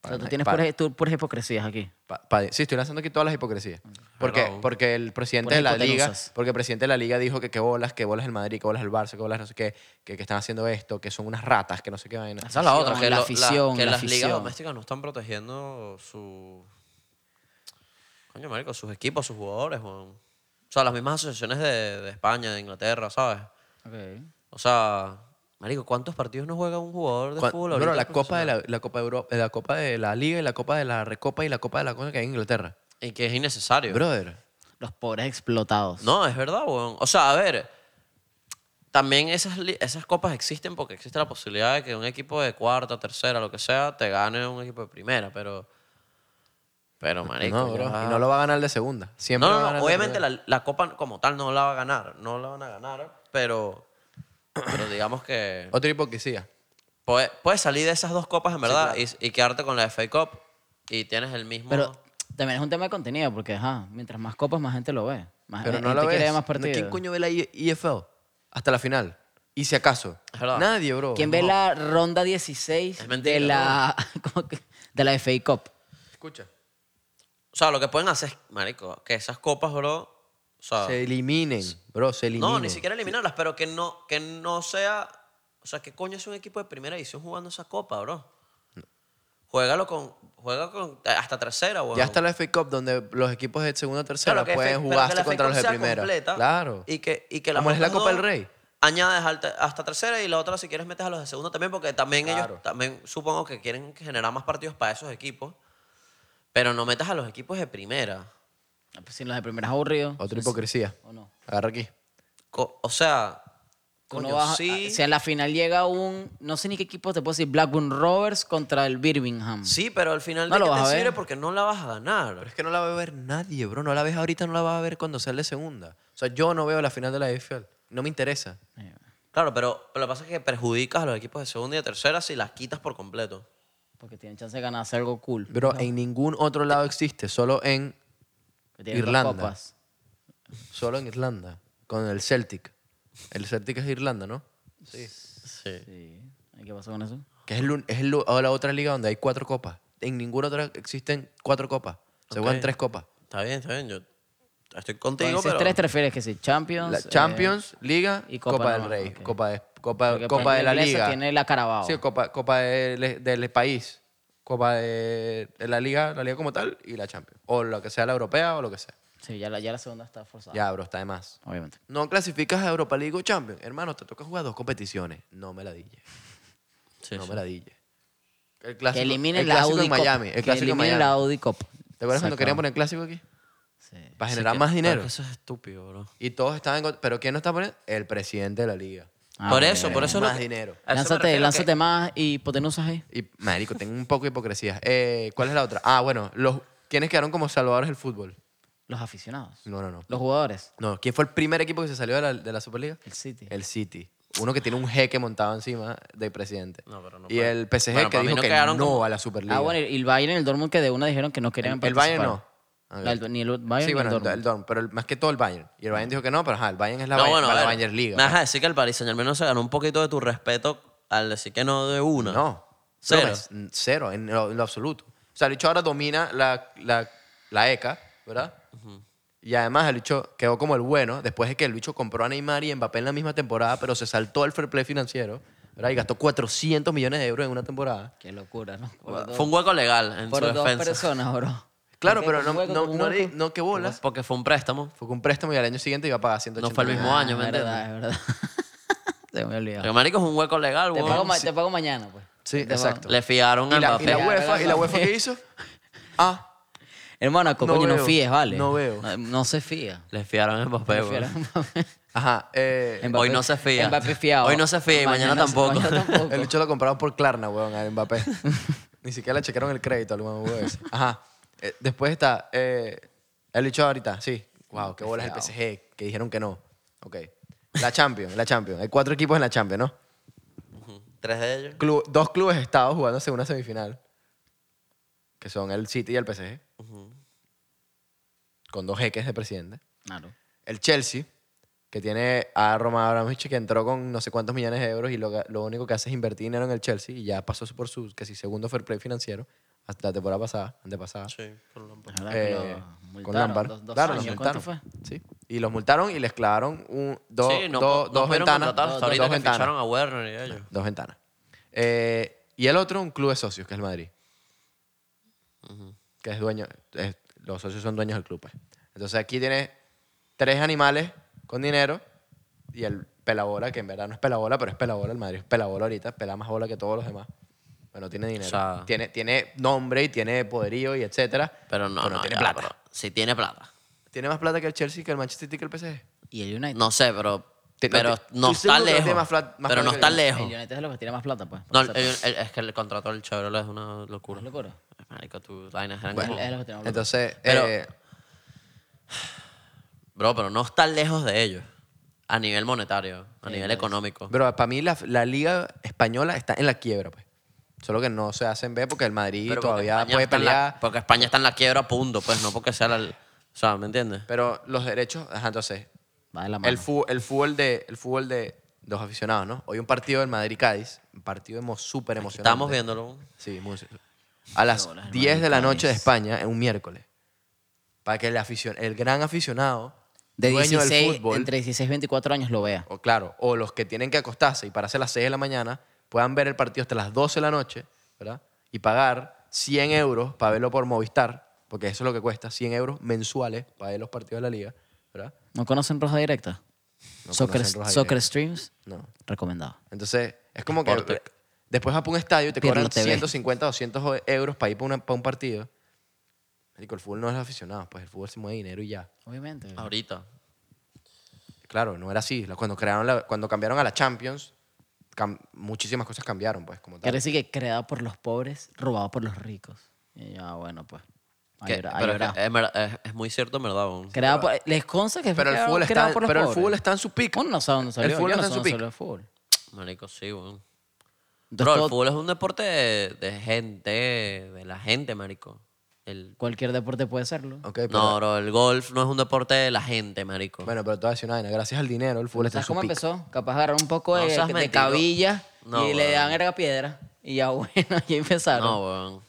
Speaker 3: O sea, tú
Speaker 2: Para-
Speaker 3: tienes
Speaker 2: para-
Speaker 3: puras, tú, puras hipocresías aquí.
Speaker 2: Pa- pa- sí, estoy lanzando aquí todas las hipocresías. Porque,
Speaker 1: Mm. Hello.
Speaker 2: porque el presidente
Speaker 3: Puras
Speaker 2: de la liga,
Speaker 3: hipotenusas.
Speaker 2: porque el presidente de la liga dijo que qué bolas, que bolas el Madrid, que bolas el Barça, que bolas no sé qué, que, que están haciendo esto, que son unas ratas, que no sé qué vaina.
Speaker 1: Esa es la otra,
Speaker 3: afición,
Speaker 1: que,
Speaker 3: la
Speaker 1: lo-
Speaker 3: afición,
Speaker 1: que
Speaker 3: la
Speaker 1: las ligas
Speaker 3: afición.
Speaker 1: domésticas no están protegiendo su. Coño, marico, sus equipos, sus jugadores, weón. O sea, las mismas asociaciones de, de España, de Inglaterra, ¿sabes? O sea, marico, ¿cuántos partidos no juega un jugador de
Speaker 2: Cuan-
Speaker 1: fútbol
Speaker 2: bro,
Speaker 1: ahorita pues,
Speaker 2: la copa de la, la copa de Europa, la copa de la liga y la copa de la recopa y la copa de la cosa que hay en Inglaterra.
Speaker 1: profesional? Y que es innecesario.
Speaker 2: Brother.
Speaker 3: Los pobres explotados.
Speaker 1: No, es verdad, weón. O sea, a ver, también esas, li- esas copas existen porque existe la posibilidad de que un equipo de cuarta, tercera, lo que sea, te gane un equipo de primera, pero... Pero, marico,
Speaker 2: no, bro.
Speaker 1: ya.
Speaker 2: Y no lo va a ganar el de segunda. Siempre
Speaker 1: No,
Speaker 2: lo
Speaker 1: no,
Speaker 2: va a
Speaker 1: no,
Speaker 2: ganar el de
Speaker 1: Obviamente
Speaker 2: primera.
Speaker 1: la, la copa como tal no la va a ganar. No la van a ganar, pero, pero digamos que
Speaker 2: Otra hipocresía.
Speaker 1: puede- puedes salir de esas dos copas en verdad y, y quedarte con la FA Cup y tienes el mismo...
Speaker 3: Pero también es un tema de contenido, porque ajá, mientras más copas, más gente lo ve. Más
Speaker 2: Pero
Speaker 3: eh,
Speaker 2: no la
Speaker 3: gente quiere
Speaker 2: ves.
Speaker 3: ver más
Speaker 2: No, ¿Quién
Speaker 3: partidos.
Speaker 2: coño ve la I- EFL hasta la final? Y si acaso.
Speaker 1: Es verdad.
Speaker 2: Nadie, bro.
Speaker 3: ¿Quién ve la ronda 16
Speaker 1: Es mentira,
Speaker 3: de, la, ¿cómo que? de la FA Cup?
Speaker 2: Escucha.
Speaker 1: o sea, lo que pueden hacer es, marico, que esas copas, bro... O sea,
Speaker 2: Se eliminen, bro, se eliminen.
Speaker 1: No, ni siquiera eliminarlas, pero que no, que no sea. O sea, ¿qué coño es un equipo de primera división jugando esa copa, bro? Juégalo con. Juega con. Hasta tercera, weón.
Speaker 2: Ya está la FA Cup donde los equipos de segunda o tercera
Speaker 1: Claro, que
Speaker 2: pueden
Speaker 1: F- pero que
Speaker 2: jugarse
Speaker 1: la
Speaker 2: contra
Speaker 1: FA
Speaker 2: los de
Speaker 1: sea
Speaker 2: primera.
Speaker 1: completa
Speaker 2: claro.
Speaker 1: Y que, y que las
Speaker 2: Como es la
Speaker 1: otras
Speaker 2: Copa del
Speaker 1: dos
Speaker 2: Rey.
Speaker 1: Añades alta- hasta tercera y la otra, si quieres, metes a los de segunda también, porque también
Speaker 2: Claro.
Speaker 1: ellos. También supongo que quieren generar más partidos para esos equipos. Pero no metas a los equipos de primera.
Speaker 3: Ah, pues, Si los de primeras aburridos.
Speaker 2: Otra hipocresía.
Speaker 3: ¿O no?
Speaker 2: Agarra aquí.
Speaker 1: Co- o sea.
Speaker 3: Tú no
Speaker 1: coño,
Speaker 3: vas a-
Speaker 1: sí.
Speaker 3: a- si a la final llega un, no sé ni qué equipo te puedo decir, Blackburn Rovers contra el Birmingham.
Speaker 1: Sí, pero al final
Speaker 3: No
Speaker 1: de
Speaker 3: lo
Speaker 1: qué
Speaker 3: vas
Speaker 1: te
Speaker 3: a ver.
Speaker 1: sirve porque no la vas a ganar.
Speaker 2: Pero es que no la va a ver nadie, bro. No la ves ahorita, no la vas a ver cuando sea el de segunda. O sea, yo no veo la final de la EFL. No me interesa.
Speaker 3: Eh,
Speaker 1: Claro, pero, pero lo que pasa es que perjudicas a los equipos de segunda y de tercera si las quitas por completo.
Speaker 3: Porque tienen chance de ganarse algo cool.
Speaker 2: Bro, en ningún otro lado existe, solo en,
Speaker 3: Que tienen dos
Speaker 2: Irlanda.
Speaker 3: copas.
Speaker 2: solo en Irlanda, con el Celtic. El Celtic es Irlanda, ¿no? Sí.
Speaker 1: Sí.
Speaker 3: Sí. ¿Y ¿Qué pasó con eso?
Speaker 2: Que es, el, un- es el lu- o la otra liga donde hay cuatro copas. En ninguna otra existen cuatro copas. Se
Speaker 1: Ok.
Speaker 2: juegan tres copas.
Speaker 1: Está bien, está bien. Yo estoy
Speaker 3: Con
Speaker 1: contigo,
Speaker 3: esos
Speaker 1: pero...
Speaker 3: Pues, tres te refieres que sí, Champions.
Speaker 2: La
Speaker 3: eh,
Speaker 2: Champions, Liga
Speaker 3: y
Speaker 2: y
Speaker 3: Copa
Speaker 2: Copa,
Speaker 3: no,
Speaker 2: del Rey.
Speaker 3: ok.
Speaker 2: Copa, de, Copa,
Speaker 3: porque, por
Speaker 2: Copa de
Speaker 3: ejemplo,
Speaker 2: la
Speaker 3: inglesa
Speaker 2: Liga.
Speaker 3: Tiene la Carabao.
Speaker 2: Sí, Copa, Copa del, del país. Copa de, de la Liga, la Liga como tal y la Champions. O lo que sea la europea o lo que sea.
Speaker 3: Sí, ya la, ya la segunda está forzada.
Speaker 2: Ya, bro, está de más.
Speaker 3: Obviamente.
Speaker 2: No clasificas a Europa League o Champions. Hermano, te toca jugar dos competiciones. No me la dille.
Speaker 1: Sí,
Speaker 2: no
Speaker 1: sí.
Speaker 2: me la dille. El clásico,
Speaker 3: que eliminen
Speaker 2: el
Speaker 3: la
Speaker 2: clásico
Speaker 3: Audi
Speaker 2: en
Speaker 3: Cup.
Speaker 2: Miami. El
Speaker 3: que
Speaker 2: clásico en Miami.
Speaker 3: eliminen la Audi Cup.
Speaker 2: ¿Te acuerdas
Speaker 3: Se
Speaker 2: cuando querían
Speaker 3: acabó.
Speaker 2: poner el clásico aquí?
Speaker 3: Sí.
Speaker 2: Para
Speaker 1: Sí,
Speaker 2: generar
Speaker 1: que-
Speaker 2: más
Speaker 1: pero
Speaker 2: dinero.
Speaker 1: que Eso es estúpido, bro.
Speaker 2: Y todos estaban en contra. ¿Pero quién no está poniendo? El presidente de la liga.
Speaker 3: Ah,
Speaker 1: por
Speaker 3: bueno,
Speaker 1: eso,
Speaker 3: ya,
Speaker 1: por
Speaker 3: ya.
Speaker 1: eso... es lo
Speaker 2: Más
Speaker 1: que-
Speaker 2: dinero.
Speaker 1: a eso me
Speaker 3: Lánzate,
Speaker 1: refiero que-
Speaker 3: lánzate más hipotenusas ahí.
Speaker 2: Y, marico, tengo un poco de hipocresía. Eh, ¿Cuál es la otra? Ah, bueno, los, ¿quiénes quedaron como salvadores del fútbol?
Speaker 3: Los aficionados.
Speaker 2: No, no, no.
Speaker 3: Los jugadores.
Speaker 2: No, ¿quién fue el primer equipo que se salió de la, de la Superliga?
Speaker 3: El City.
Speaker 2: El City. Uno que tiene un jeque montado encima de presidente.
Speaker 1: No, pero no
Speaker 2: y
Speaker 1: puede.
Speaker 2: el PSG
Speaker 1: Bueno,
Speaker 2: que
Speaker 1: para mí
Speaker 2: dijo
Speaker 1: no
Speaker 2: que no
Speaker 1: quedaron como-
Speaker 2: a la Superliga.
Speaker 3: Ah, bueno, y el Bayern y el Dortmund que de una dijeron que no querían
Speaker 2: el
Speaker 3: participar.
Speaker 2: Bayern no. A
Speaker 3: La-
Speaker 2: ver.
Speaker 3: el- ni el Bayern
Speaker 2: sí,
Speaker 3: ni
Speaker 2: bueno,
Speaker 3: el Dortmund.
Speaker 2: pero el- más que todo el Bayern. Y el Bayern dijo que no, pero ajá, el Bayern es la,
Speaker 1: No,
Speaker 2: Bayern,
Speaker 1: bueno, a
Speaker 2: la
Speaker 1: ver,
Speaker 2: Bayern Liga.
Speaker 1: Me vas a decir que el Paris Saint Germain no se ganó un poquito de tu respeto al decir que no de una.
Speaker 2: No.
Speaker 1: Cero.
Speaker 2: No, es- n- cero, en lo, en lo absoluto. O sea, el bicho ahora domina la, la, la ECA, ¿verdad? Y además el bicho quedó como el bueno después de que el bicho compró a Neymar y Mbappé en la misma temporada, pero se saltó el fair play financiero, ¿verdad? Y gastó 400 millones de euros en una temporada.
Speaker 3: Qué locura, ¿no? Por dos-
Speaker 1: Fue un hueco legal en
Speaker 3: por
Speaker 1: su
Speaker 3: dos
Speaker 1: defensa.
Speaker 3: personas, bro.
Speaker 2: Claro,
Speaker 3: Ok,
Speaker 2: pero
Speaker 3: con
Speaker 2: no,
Speaker 3: hueco,
Speaker 2: no,
Speaker 3: con
Speaker 2: no, le-
Speaker 3: hueco.
Speaker 2: no, qué bolas.
Speaker 1: Porque fue un préstamo.
Speaker 2: Fue con un préstamo y al año siguiente iba a pagar 180
Speaker 1: No fue el mismo
Speaker 2: millones.
Speaker 1: año, ¿me
Speaker 3: Ah, es verdad,
Speaker 1: entiendes?
Speaker 3: es verdad. Se me olvidó.
Speaker 1: Pero, marico, es un hueco legal,
Speaker 3: Te pago,
Speaker 1: weón.
Speaker 3: ma- te pago mañana, pues.
Speaker 2: Sí,
Speaker 3: Te pago.
Speaker 2: exacto.
Speaker 1: Le fiaron a
Speaker 2: Y la, y
Speaker 1: Mbappé.
Speaker 2: la
Speaker 3: Ya,
Speaker 2: UEFA,
Speaker 3: ¿verdad?
Speaker 2: ¿y la UEFA qué hizo? Ah,
Speaker 3: Hermano,
Speaker 2: No
Speaker 3: coño, no
Speaker 2: veo.
Speaker 3: fíes, vale.
Speaker 2: No veo.
Speaker 3: No, no se fía.
Speaker 1: Le fiaron a Mbappé,
Speaker 3: Prefiero
Speaker 1: weón.
Speaker 3: Mbappé.
Speaker 2: ajá. eh,
Speaker 1: Mbappé. Hoy no se fía.
Speaker 3: Mbappé fiado.
Speaker 1: Hoy no se fía y mañana
Speaker 3: se-
Speaker 1: tampoco.
Speaker 3: mañana tampoco.
Speaker 2: El bicho lo compraron por Klarna, weón, a Mbappé. Ni siquiera le checaron el crédito al weón, weón. ese. Ajá. Eh, después está eh, el bicho ahorita, sí. Wow, qué bolas el PSG, que dijeron que no. Ok. La Champions, la Champions. Hay cuatro equipos en la Champions, ¿no?
Speaker 1: Tres de ellos.
Speaker 2: Clu- dos clubes estados jugándose una semifinal, que son el City y el PSG, con dos jeques de presidente.
Speaker 3: Claro.
Speaker 2: El Chelsea, que tiene a Roman Abramovich, que entró con no sé cuántos millones de euros y lo, ga- lo único que hace es invertir dinero en el Chelsea y ya pasó por su casi segundo fair play financiero. hasta la temporada pasada, antepasada.
Speaker 1: Sí, por lo
Speaker 3: pues,
Speaker 1: menos.
Speaker 2: eh, con Lampard.
Speaker 3: Dos, dos
Speaker 2: claro,
Speaker 3: años.
Speaker 2: los
Speaker 3: ¿Cuánto
Speaker 2: multaron.
Speaker 3: fue?
Speaker 2: Sí. Y los multaron y les clavaron un, dos,
Speaker 1: sí, no,
Speaker 2: dos,
Speaker 1: no
Speaker 2: dos
Speaker 1: pudieron
Speaker 2: ventanas.
Speaker 1: contratar
Speaker 2: dos-
Speaker 1: hasta ahorita
Speaker 2: dos
Speaker 1: que
Speaker 2: ventanas.
Speaker 1: ficharon a Werner y a ellos.
Speaker 2: Dos ventanas. Eh, y el otro, un club de socios, que es el Madrid. Que es dueño. es- los socios son dueños del club, pues. Entonces aquí tienes tres animales con dinero y el pelabola, que en verdad no es pelabola, pero es pelabola. El Madrid es pelabola ahorita, pela más bola que todos los demás. Bueno, tiene dinero.
Speaker 1: sea-
Speaker 2: tiene, tiene nombre y tiene poderío y etcétera.
Speaker 1: Pero no,
Speaker 2: pero
Speaker 1: no,
Speaker 2: tiene
Speaker 1: ya,
Speaker 2: plata.
Speaker 1: pero sí tiene plata.
Speaker 2: Tiene más plata que el Chelsea, que el Manchester City, que el PSG.
Speaker 3: Y el United.
Speaker 1: No sé, pero,
Speaker 2: Te- no
Speaker 1: pero
Speaker 2: te-
Speaker 1: no
Speaker 2: estoy
Speaker 1: está
Speaker 2: seguro que
Speaker 1: lejos.
Speaker 2: tiene más flat- más
Speaker 1: pero no
Speaker 2: plata que
Speaker 1: está
Speaker 2: el-
Speaker 3: El
Speaker 1: lejos.
Speaker 3: United es lo que tiene más plata, pues.
Speaker 1: No, eh,
Speaker 3: por
Speaker 1: el-
Speaker 3: ser-
Speaker 1: el- es que el contrato del Chevrolet es una locura.
Speaker 3: ¿Es locura?
Speaker 1: Marico, tus vainas eran
Speaker 3: Bueno.
Speaker 1: como-
Speaker 3: Es lo que tiene más plata.
Speaker 2: Entonces,
Speaker 1: Pero-
Speaker 2: eh,
Speaker 1: Bro, pero no está lejos de ellos. A nivel monetario, a nivel económico.
Speaker 2: Pero para mí la, la liga española está en la quiebra, pues. Solo que no se hacen ver porque el Madrid
Speaker 1: Pero porque
Speaker 2: todavía
Speaker 1: España
Speaker 2: puede
Speaker 1: está en la-
Speaker 2: pelear.
Speaker 1: porque España está en la quiebra, punto, pues, no porque sea la. O sea, ¿me entiendes?
Speaker 2: Pero los derechos, ajá, entonces,
Speaker 3: Va de la mano.
Speaker 2: el fútbol, el fútbol de el fútbol de los aficionados, ¿no? Hoy un partido del Madrid-Cádiz, un partido emo- súper emocionante.
Speaker 1: Estamos viéndolo.
Speaker 2: Sí, muy- A las
Speaker 3: bolas, el
Speaker 2: 10 de la noche de
Speaker 3: Madrid-Cádiz.
Speaker 2: España, en un miércoles. Para que el, aficion, el gran aficionado,
Speaker 3: de
Speaker 2: dueño
Speaker 3: 16,
Speaker 2: del fútbol,
Speaker 3: entre 16 y 24 años lo vea.
Speaker 2: o claro, o los que tienen que acostarse y pararse a las 6 de la mañana, puedan ver el partido hasta las 12 de la noche, ¿verdad? Y pagar 100 euros para verlo por Movistar, porque eso es lo que cuesta, 100 euros mensuales para ver los partidos de la liga, ¿verdad?
Speaker 3: ¿No conocen Roja Directa?
Speaker 2: No
Speaker 3: soccer,
Speaker 2: conocen Roja
Speaker 3: Soccer
Speaker 2: Directa.
Speaker 3: Streams,
Speaker 2: No.
Speaker 3: recomendado.
Speaker 2: Entonces, es como que
Speaker 1: Sportec.
Speaker 2: después vas para un estadio y te
Speaker 3: Pirlo
Speaker 2: cobran
Speaker 3: TV.
Speaker 2: 150, 200 euros para ir para, una- para un partido. Marico, el fútbol no es aficionado, pues el fútbol se mueve dinero y ya.
Speaker 3: Obviamente.
Speaker 1: Ahorita.
Speaker 2: Claro, no era así. Cuando, crearon la- cuando cambiaron a la Champions, cam- muchísimas cosas cambiaron, pues, como tal.
Speaker 3: Quiere decir que creado por los pobres, robado por los ricos. Y ya, bueno, pues. Ahí
Speaker 1: Que-
Speaker 3: habrá- ahí
Speaker 1: pero es,
Speaker 3: habrá.
Speaker 2: eh,
Speaker 1: que es verdad- es- es muy cierto, en verdad. weón.
Speaker 3: Creado por- les consta que fue
Speaker 2: Pero el
Speaker 3: creado-
Speaker 2: fútbol
Speaker 3: creado
Speaker 2: está,
Speaker 3: por los
Speaker 2: pero el
Speaker 3: pobres.
Speaker 2: fútbol está en su pico.
Speaker 3: Uno no sabe dónde salió.
Speaker 2: El fútbol
Speaker 3: yo no
Speaker 2: está en
Speaker 3: sé
Speaker 2: su
Speaker 3: dónde
Speaker 2: pico.
Speaker 3: salió el fútbol.
Speaker 1: Marico, sí, weón.
Speaker 3: Entonces,
Speaker 1: Bro, el
Speaker 3: todo-
Speaker 1: fútbol es un deporte de, de gente, de la gente, marico. El,
Speaker 3: cualquier deporte puede serlo.
Speaker 2: Ok, Eh, pero-
Speaker 1: no, bro, el golf no es un deporte de la gente, marico.
Speaker 2: Bueno, pero te voy a decir una vaina. Gracias al dinero, el fútbol está en
Speaker 3: ¿Sabes
Speaker 2: su
Speaker 3: cómo
Speaker 2: pico.
Speaker 3: empezó? Capaz agarraron un poco
Speaker 1: No
Speaker 3: de,
Speaker 1: seas
Speaker 3: de
Speaker 1: mentiroso.
Speaker 3: cabilla
Speaker 1: No,
Speaker 3: y le
Speaker 1: weón.
Speaker 3: dan erga piedra. Y ya bueno, ya empezaron.
Speaker 1: no, weón.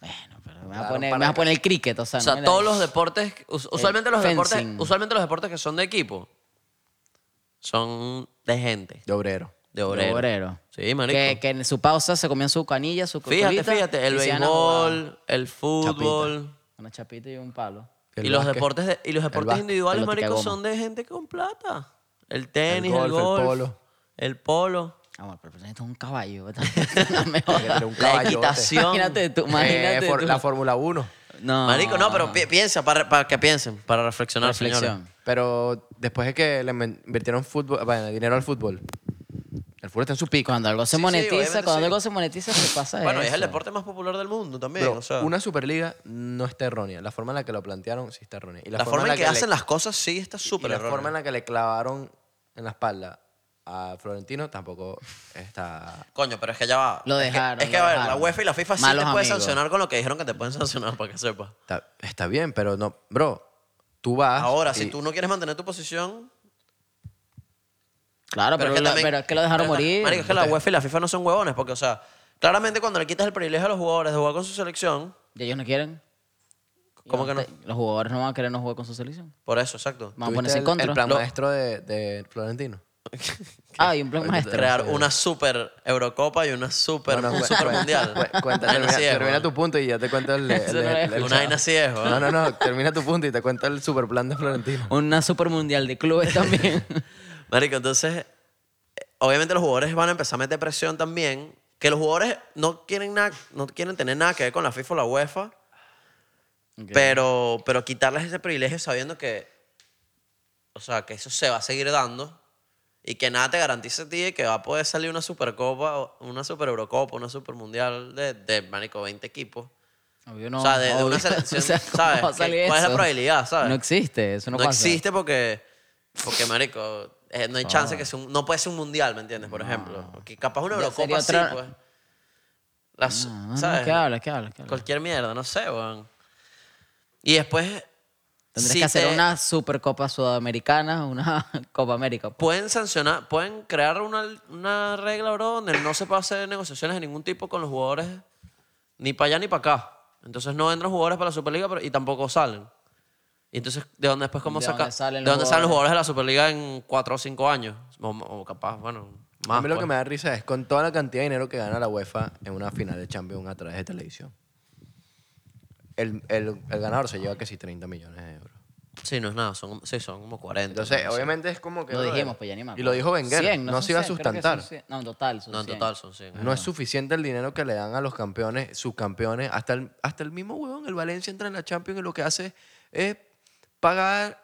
Speaker 3: Bueno, pero me vas a
Speaker 2: Claro,
Speaker 3: poner,
Speaker 2: para
Speaker 3: me vas a
Speaker 2: que-
Speaker 3: poner el cricket, o sea.
Speaker 1: O
Speaker 3: no
Speaker 1: sea,
Speaker 3: me la-
Speaker 1: todos los deportes, us- usualmente los deportes,
Speaker 3: fencing.
Speaker 1: usualmente los deportes que son de equipo son de gente,
Speaker 2: De obrero.
Speaker 1: de obrero.
Speaker 3: obrero.
Speaker 1: Sí, marico.
Speaker 3: Que, que en su pausa se comían su canilla, su
Speaker 1: Fíjate,
Speaker 3: cocolita,
Speaker 1: fíjate, el
Speaker 3: y se iban a jugar.
Speaker 1: béisbol, el fútbol
Speaker 3: Una chapita y un palo.
Speaker 1: y los
Speaker 2: básquet,
Speaker 1: deportes de- y los deportes
Speaker 2: básquet,
Speaker 1: individuales,
Speaker 3: pelota que
Speaker 1: marico,
Speaker 3: goma.
Speaker 1: son de gente con plata. El tenis,
Speaker 2: golf,
Speaker 1: el
Speaker 2: el
Speaker 1: golf,
Speaker 2: polo.
Speaker 1: el polo,
Speaker 3: Ah, bueno, pero esto es un caballo. no me
Speaker 2: que tener un
Speaker 1: la
Speaker 3: jodas.
Speaker 2: caballote.
Speaker 1: equitación.
Speaker 3: Imagínate tú,
Speaker 2: eh,
Speaker 3: imagínate
Speaker 2: for-
Speaker 3: tú.
Speaker 2: La Fórmula 1.
Speaker 3: No.
Speaker 1: Marico, no, pero pi- piensa, para, para que piensen, para reflexionar,
Speaker 3: Reflexión.
Speaker 1: señores.
Speaker 2: Pero después de que le men- invirtieron fútbol, bueno, dinero al fútbol, el fútbol está en su pico.
Speaker 3: Cuando algo se
Speaker 1: Sí, sí,
Speaker 3: monetiza,
Speaker 1: obviamente
Speaker 3: cuando
Speaker 1: sí.
Speaker 3: algo se monetiza, se pasa
Speaker 1: Bueno, y
Speaker 3: eso.
Speaker 1: es el deporte más popular del mundo también,
Speaker 2: Bro,
Speaker 1: o sea,
Speaker 2: una superliga no está errónea. La forma en la que lo plantearon sí está errónea. Y
Speaker 1: la, forma en que,
Speaker 2: le-
Speaker 1: hacen las cosas sí está
Speaker 2: y
Speaker 1: súper
Speaker 2: la
Speaker 1: errónea.
Speaker 2: forma en la que le clavaron en la espalda a Florentino tampoco está...
Speaker 1: Coño, pero es que ya va.
Speaker 3: Lo
Speaker 1: Es que-
Speaker 3: dejaron,
Speaker 1: Es que,
Speaker 3: lo
Speaker 1: a ver, la
Speaker 3: dejaron.
Speaker 1: UEFA y la FIFA sí
Speaker 3: Malos
Speaker 1: te pueden
Speaker 3: amigos.
Speaker 1: sancionar con lo que dijeron que te pueden sancionar, para que sepas.
Speaker 2: Está, está bien, pero no... Bro, tú
Speaker 3: Ah,
Speaker 2: vas...
Speaker 1: Ahora,
Speaker 2: y-
Speaker 1: si tú no quieres mantener tu posición.
Speaker 3: Claro, Ah, pero,
Speaker 1: es que
Speaker 3: lo-
Speaker 1: también-
Speaker 3: pero es que lo dejaron
Speaker 1: pero-
Speaker 3: morir.
Speaker 1: Marico, es que la UEFA y la FIFA no son huevones, porque, o sea, claramente cuando le quitas el privilegio a los jugadores de jugar con su selección,
Speaker 3: ¿Y ellos no quieren?
Speaker 1: ¿cómo que no?
Speaker 3: Los jugadores no van a querer no jugar con su selección.
Speaker 1: Por eso, exacto.
Speaker 3: Van a
Speaker 2: ¿Tuviste
Speaker 3: ponerse en
Speaker 2: el- El
Speaker 3: contra.
Speaker 2: plan
Speaker 1: Lo-
Speaker 2: maestro de, de Florentino.
Speaker 3: Ah, y un plan maestro.
Speaker 1: Crear una super Eurocopa y una super,
Speaker 2: No, no,
Speaker 1: un
Speaker 2: cu-
Speaker 1: super
Speaker 2: cu-
Speaker 1: mundial.
Speaker 2: cu-
Speaker 1: Una
Speaker 2: cuenta,
Speaker 1: vaina
Speaker 2: termina,
Speaker 1: así es,
Speaker 2: termina
Speaker 1: weón.
Speaker 2: tu punto y ya te cuento el... el-
Speaker 3: Eso no
Speaker 2: el-
Speaker 3: es.
Speaker 2: el-
Speaker 1: Una vaina así es, weón.
Speaker 2: No, no, no. Termina tu punto y te cuento el super plan de Florentino.
Speaker 3: Una super mundial de clubes también.
Speaker 1: Marico, entonces, eh, obviamente los jugadores van a empezar a meter presión también. Que los jugadores no quieren, nada, no quieren tener nada que ver con la FIFA o la UEFA, pero, pero quitarles ese privilegio sabiendo que, o sea, que eso se va a seguir dando y que nada te garantice a ti de que va a poder salir una Supercopa, o una Super Eurocopa, una Super Mundial de, de marico, 20 equipos.
Speaker 3: Obvio no,
Speaker 1: o sea, de, de
Speaker 3: obvio.
Speaker 1: una selección,
Speaker 3: O sea, ¿cómo
Speaker 1: ¿sabes?
Speaker 3: va a salir
Speaker 1: ¿Cuál es la
Speaker 3: eso?
Speaker 1: probabilidad, sabes?
Speaker 3: No existe, eso no,
Speaker 1: no
Speaker 3: pasa.
Speaker 1: existe porque, porque marico, eh, no hay chance que sea un- no puede ser un mundial, ¿me entiendes? Por ejemplo, que capaz una
Speaker 3: Ah. Ya
Speaker 1: Eurocopa
Speaker 3: sería
Speaker 1: sí,
Speaker 3: otra-
Speaker 1: pues. Las-
Speaker 3: Ah, No, no, no,
Speaker 1: ¿sabes?
Speaker 3: ¿Qué hablas? ¿Qué hablas? qué hablas?
Speaker 1: Cualquier mierda, no sé, weón. Y después
Speaker 3: Tendrías
Speaker 1: si
Speaker 3: que hacer
Speaker 1: te-
Speaker 3: una supercopa sudamericana, una Copa América.
Speaker 1: pueden sancionar, pueden crear una, una regla, bro, donde no se puede hacer negociaciones de ningún tipo con los jugadores ni para allá ni para acá. Entonces no entran jugadores para la Superliga pero- y tampoco salen. Y entonces, ¿de dónde después cómo
Speaker 3: ¿De
Speaker 1: saca-
Speaker 3: dónde salen
Speaker 1: ¿De
Speaker 3: los
Speaker 1: dónde salen los jugadores de la Superliga en cuatro o cinco años? O, o capaz, bueno, más.
Speaker 2: a mí lo que
Speaker 1: pues.
Speaker 2: me da risa es con toda la cantidad de dinero que gana la UEFA en una final de Champions a través de televisión. El, el- el ganador se lleva casi 30 millones de euros.
Speaker 1: Sí, no es nada, son, sí, son como 40.
Speaker 2: Entonces,
Speaker 1: ¿no?
Speaker 2: obviamente es como que...
Speaker 3: Lo
Speaker 2: brother,
Speaker 3: dijimos, pues ya ni me
Speaker 2: Y lo
Speaker 3: acuerdo.
Speaker 2: dijo Wenger.
Speaker 3: 100,
Speaker 2: no,
Speaker 3: son
Speaker 2: se iba a
Speaker 3: 100, creo que
Speaker 2: sustentar.
Speaker 3: son 100. No, en total son
Speaker 1: No, en
Speaker 3: 100.
Speaker 1: total son 100.
Speaker 2: No es suficiente el dinero que le dan a los campeones, subcampeones. Hasta el, hasta el mismo huevón, el Valencia entra en la Champions y lo que hace es pagarle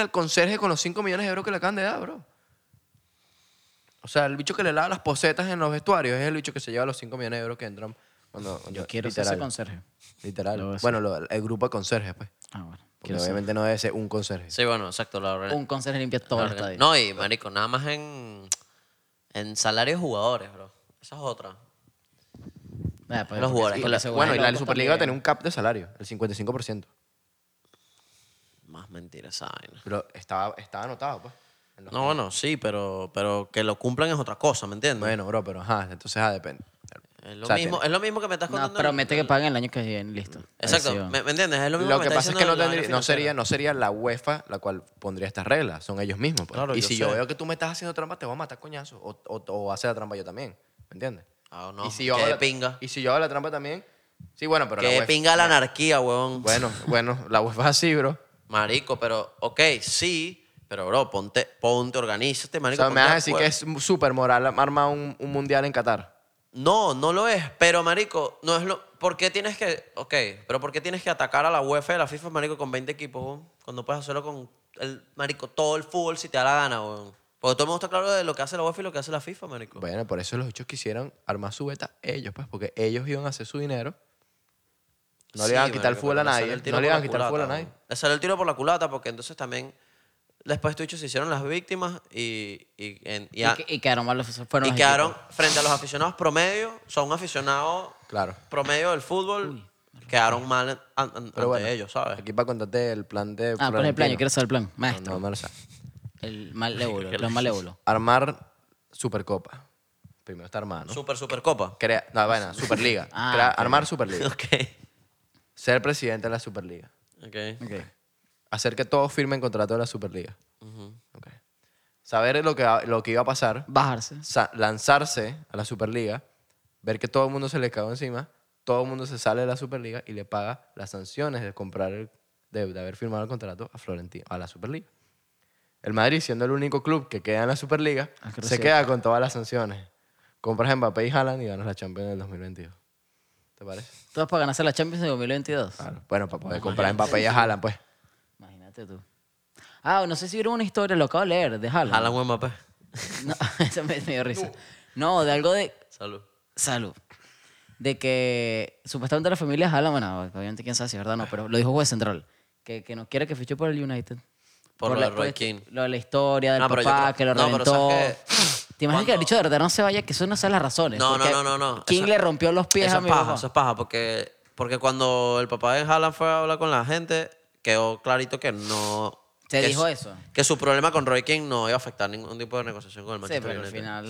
Speaker 2: al conserje con los 5 millones de euros que le acaban de dar, bro. O sea, el bicho que le lava las posetas en los vestuarios es el bicho que se lleva los 5 millones de euros que entran cuando...
Speaker 3: Yo
Speaker 2: cuando-
Speaker 3: quiero ser ese conserje.
Speaker 2: Literal.
Speaker 3: Lo voy a hacer.
Speaker 2: bueno, lo- el grupo de conserjes, pues.
Speaker 3: Ah, bueno.
Speaker 2: Porque
Speaker 3: Quiero ser
Speaker 2: obviamente no debe ser un conserje.
Speaker 1: Sí, bueno, exacto. La orga-
Speaker 3: un conserje limpia
Speaker 1: la
Speaker 3: todo el
Speaker 1: orga-
Speaker 3: estadio.
Speaker 1: No, y marico, nada más en, en salarios de jugadores, bro. Esa es otra.
Speaker 3: Ah, pues,
Speaker 1: los jugadores.
Speaker 3: porque
Speaker 1: Y la-
Speaker 3: se
Speaker 2: Bueno,
Speaker 3: vuelven
Speaker 2: y la
Speaker 3: locos
Speaker 2: Superliga
Speaker 3: también.
Speaker 2: tiene un cap de salario, el 55%.
Speaker 1: Más mentira esa vaina.
Speaker 2: Pero estaba, estaba anotado, pues. en los
Speaker 1: No, bueno, sí, pero, pero que lo cumplan es otra cosa, ¿me entiendes?
Speaker 2: Bueno, bro, pero ajá, entonces ah, depende.
Speaker 1: es, lo
Speaker 2: o sea,
Speaker 1: mismo, es lo mismo que me estás
Speaker 3: No,
Speaker 1: contando. el-
Speaker 3: promete que paguen el año que viene, listo. Ahí
Speaker 1: Exacto,
Speaker 3: sí va.
Speaker 1: ¿me, me entiendes? Es lo mismo
Speaker 2: Lo
Speaker 1: que,
Speaker 2: que
Speaker 1: me
Speaker 2: pasa
Speaker 1: estás
Speaker 2: es que
Speaker 1: diciendo
Speaker 2: no,
Speaker 1: de la
Speaker 2: tendría-
Speaker 1: vaina
Speaker 2: no, sería,
Speaker 1: financiera.
Speaker 2: no sería la UEFA la cual pondría estas reglas, son ellos mismos. pues.
Speaker 1: Claro,
Speaker 2: y
Speaker 1: yo
Speaker 2: si yo
Speaker 1: sé.
Speaker 2: veo que tú me estás haciendo trampa, te voy a matar coñazo. O, o, o hacer la trampa yo también, ¿me entiendes?
Speaker 1: Ah, no,
Speaker 2: y si yo
Speaker 1: qué
Speaker 2: hago la,
Speaker 1: pinga.
Speaker 2: Y si yo hago la trampa también, sí, bueno, pero la
Speaker 1: Que
Speaker 2: UEFA-
Speaker 1: pinga la anarquía, huevón.
Speaker 2: Bueno, bueno, la UEFA es así, bro.
Speaker 1: Marico, pero, ok, sí, pero bro, ponte, ponte, organízate,
Speaker 2: O
Speaker 1: marico.
Speaker 2: sea,
Speaker 1: ponte
Speaker 2: me vas
Speaker 1: de
Speaker 2: a decir que
Speaker 1: acuerdo.
Speaker 2: es súper moral armar un, un mundial en Qatar.
Speaker 1: No, no lo es, pero marico, no es lo... ¿Por qué tienes que, ok, pero por qué tienes que atacar a la UEFA y a la FIFA, marico, con 20 equipos, huevón? Cuando puedes hacerlo con, el marico, todo el fútbol si te da la gana, huevón. Porque todo el mundo está claro de lo que hace la UEFA y lo que hace la FIFA, marico.
Speaker 2: Bueno, por eso los hechos quisieron armar su beta ellos, pues, porque ellos iban a hacer su dinero. No
Speaker 1: Sí,
Speaker 2: le iban a quitar el
Speaker 1: marico,
Speaker 2: fútbol a
Speaker 1: pero le sale
Speaker 2: nadie.
Speaker 1: el tiro
Speaker 2: No le
Speaker 1: por
Speaker 2: iban a
Speaker 1: la
Speaker 2: quitar el fútbol a
Speaker 1: culata,
Speaker 2: nadie.
Speaker 1: weón. Le sale el tiro por la culata porque entonces también después Twitch se hicieron las víctimas y, y, en- y
Speaker 3: Y,
Speaker 1: a-
Speaker 3: que- y quedaron mal los fueron
Speaker 1: y
Speaker 3: los
Speaker 1: quedaron
Speaker 3: equipos.
Speaker 1: frente a los aficionados promedio, son aficionados
Speaker 2: Claro.
Speaker 1: promedio del fútbol, quedaron mal an- an- ante
Speaker 2: Pero bueno,
Speaker 1: ellos, ¿sabes?
Speaker 2: Aquí para contarte el plan de.
Speaker 3: Ah, ¿cuál es el plan?
Speaker 2: Florentino.
Speaker 3: Yo quiero saber el plan. Maestro,
Speaker 2: No, no lo sé.
Speaker 3: el malévolo, el plan malévolo.
Speaker 2: Armar Supercopa. Primero está armado. ¿no?
Speaker 1: Super, super copa.
Speaker 2: Crea- no, bueno, Superliga.
Speaker 3: Ah,
Speaker 2: Crea-
Speaker 3: ok.
Speaker 2: Armar Superliga.
Speaker 1: Ok.
Speaker 2: Ser presidente de la Superliga.
Speaker 1: Ok.
Speaker 2: Hacer que todos firmen contrato de la Superliga. Ok. Saber lo que, lo que iba a pasar.
Speaker 3: Bajarse.
Speaker 2: sa- lanzarse a la Superliga, ver que todo el mundo se le cagó encima, todo el mundo se sale de la Superliga y le paga las sanciones de comprar el- de, de haber firmado el contrato a Florentino, a la Superliga. El Madrid, siendo el único club que queda en la Superliga,
Speaker 3: Ah, creo
Speaker 2: se
Speaker 3: sí.
Speaker 2: queda con todas las sanciones. Compras a Mbappé y Haaland y ganas la Champions del 2022. ¿Te parece?
Speaker 3: Todas para ganarse la Champions de 2022.
Speaker 1: Ah.
Speaker 2: Claro. Bueno, para poder comprar a Mbappé y a Haaland, pues.
Speaker 3: Imagínate tú. Ah, no sé si vieron una historia, lo acabo de leer, de Haaland.
Speaker 1: Jalan buen mapa.
Speaker 3: No, eso me, me dio risa. No. de algo de
Speaker 1: Salud.
Speaker 3: salud. De que supuestamente la familia Haaland, bueno, obviamente quién sabe si es verdad o no, pero lo dijo Juez Central, que, que no quiere que fiche por el United.
Speaker 1: Por lo de
Speaker 3: la-
Speaker 1: Roy
Speaker 3: esto-
Speaker 1: Keane.
Speaker 3: Lo de la historia del
Speaker 1: No, pero yo
Speaker 3: papá
Speaker 1: creo-
Speaker 3: que lo
Speaker 1: no, pero
Speaker 3: reventó.
Speaker 1: ¿sabes qué?
Speaker 3: ¿Te imaginas que el dicho de verdad no se vaya? Que eso no sean las razones.
Speaker 1: No, no,
Speaker 3: porque
Speaker 1: no, no, no.
Speaker 3: King
Speaker 1: Eso-
Speaker 3: le rompió los pies
Speaker 1: Eso
Speaker 3: a
Speaker 1: es
Speaker 3: mi
Speaker 1: paja,
Speaker 3: papá.
Speaker 1: eso es paja, porque, porque cuando el papá de Haaland fue a hablar con la gente, quedó clarito que no...
Speaker 3: ¿Te
Speaker 1: que
Speaker 3: dijo
Speaker 1: su-
Speaker 3: eso?
Speaker 1: Que su problema con Roy King no iba a afectar ningún tipo de negociación con el
Speaker 3: Sí,
Speaker 1: Manchester
Speaker 3: pero al
Speaker 1: United.
Speaker 3: final.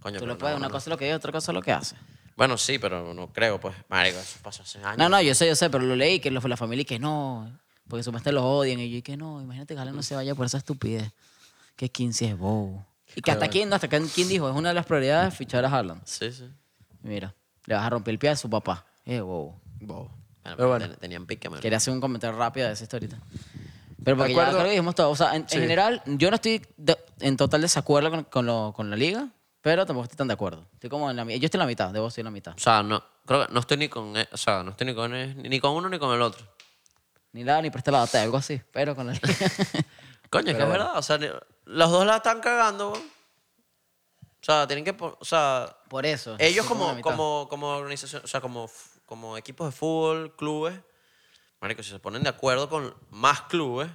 Speaker 1: Coño,
Speaker 3: tú
Speaker 1: pero
Speaker 3: lo puedes,
Speaker 1: no,
Speaker 3: una
Speaker 1: no.
Speaker 3: cosa es lo que dice, otra cosa es lo que hace.
Speaker 1: Bueno, sí, pero no creo, pues. Marico, eso pasó hace años.
Speaker 3: No, no, yo sé, yo sé, pero lo leí que lo- la familia y que no, porque supuestamente los odian. Y yo y que no, imagínate que Haaland no se vaya por esa estupidez. Que 15 es bobo. Y que hasta quién, no, hasta quién quién dijo, es una de las prioridades fichar a Haaland.
Speaker 1: Sí, sí.
Speaker 3: Mira, le vas a romper el pie a su papá. Es bobo.
Speaker 2: Bobo.
Speaker 1: Bueno,
Speaker 2: Pero bueno.
Speaker 1: ten- Tenían pique, man.
Speaker 3: Quería hacer un comentario rápido de esa historita. Pero porque
Speaker 2: De
Speaker 3: ya
Speaker 2: acuerdo.
Speaker 3: creo que dijimos todo. O sea, en, en
Speaker 2: Sí.
Speaker 3: general, yo no estoy de- en total desacuerdo con, con lo- con la liga, pero tampoco estoy tan de acuerdo. Estoy como en la, mi- yo estoy en la mitad, debo estoy en la mitad.
Speaker 1: O sea, no, creo que no estoy ni con, e- o sea, no estoy ni con, e- ni con uno ni con el otro.
Speaker 3: Ni lado ni presta la data, algo así, pero con la liga.
Speaker 1: Coño, es que es verdad. O sea, ni- los dos la están cagando, weón. O sea, tienen que, po- o sea,
Speaker 3: Por eso.
Speaker 1: ellos
Speaker 3: estoy en la
Speaker 1: como,
Speaker 3: mitad.
Speaker 1: como, como organización, o sea, como, f- como equipos de fútbol, clubes, marico, si se ponen de acuerdo con más clubes,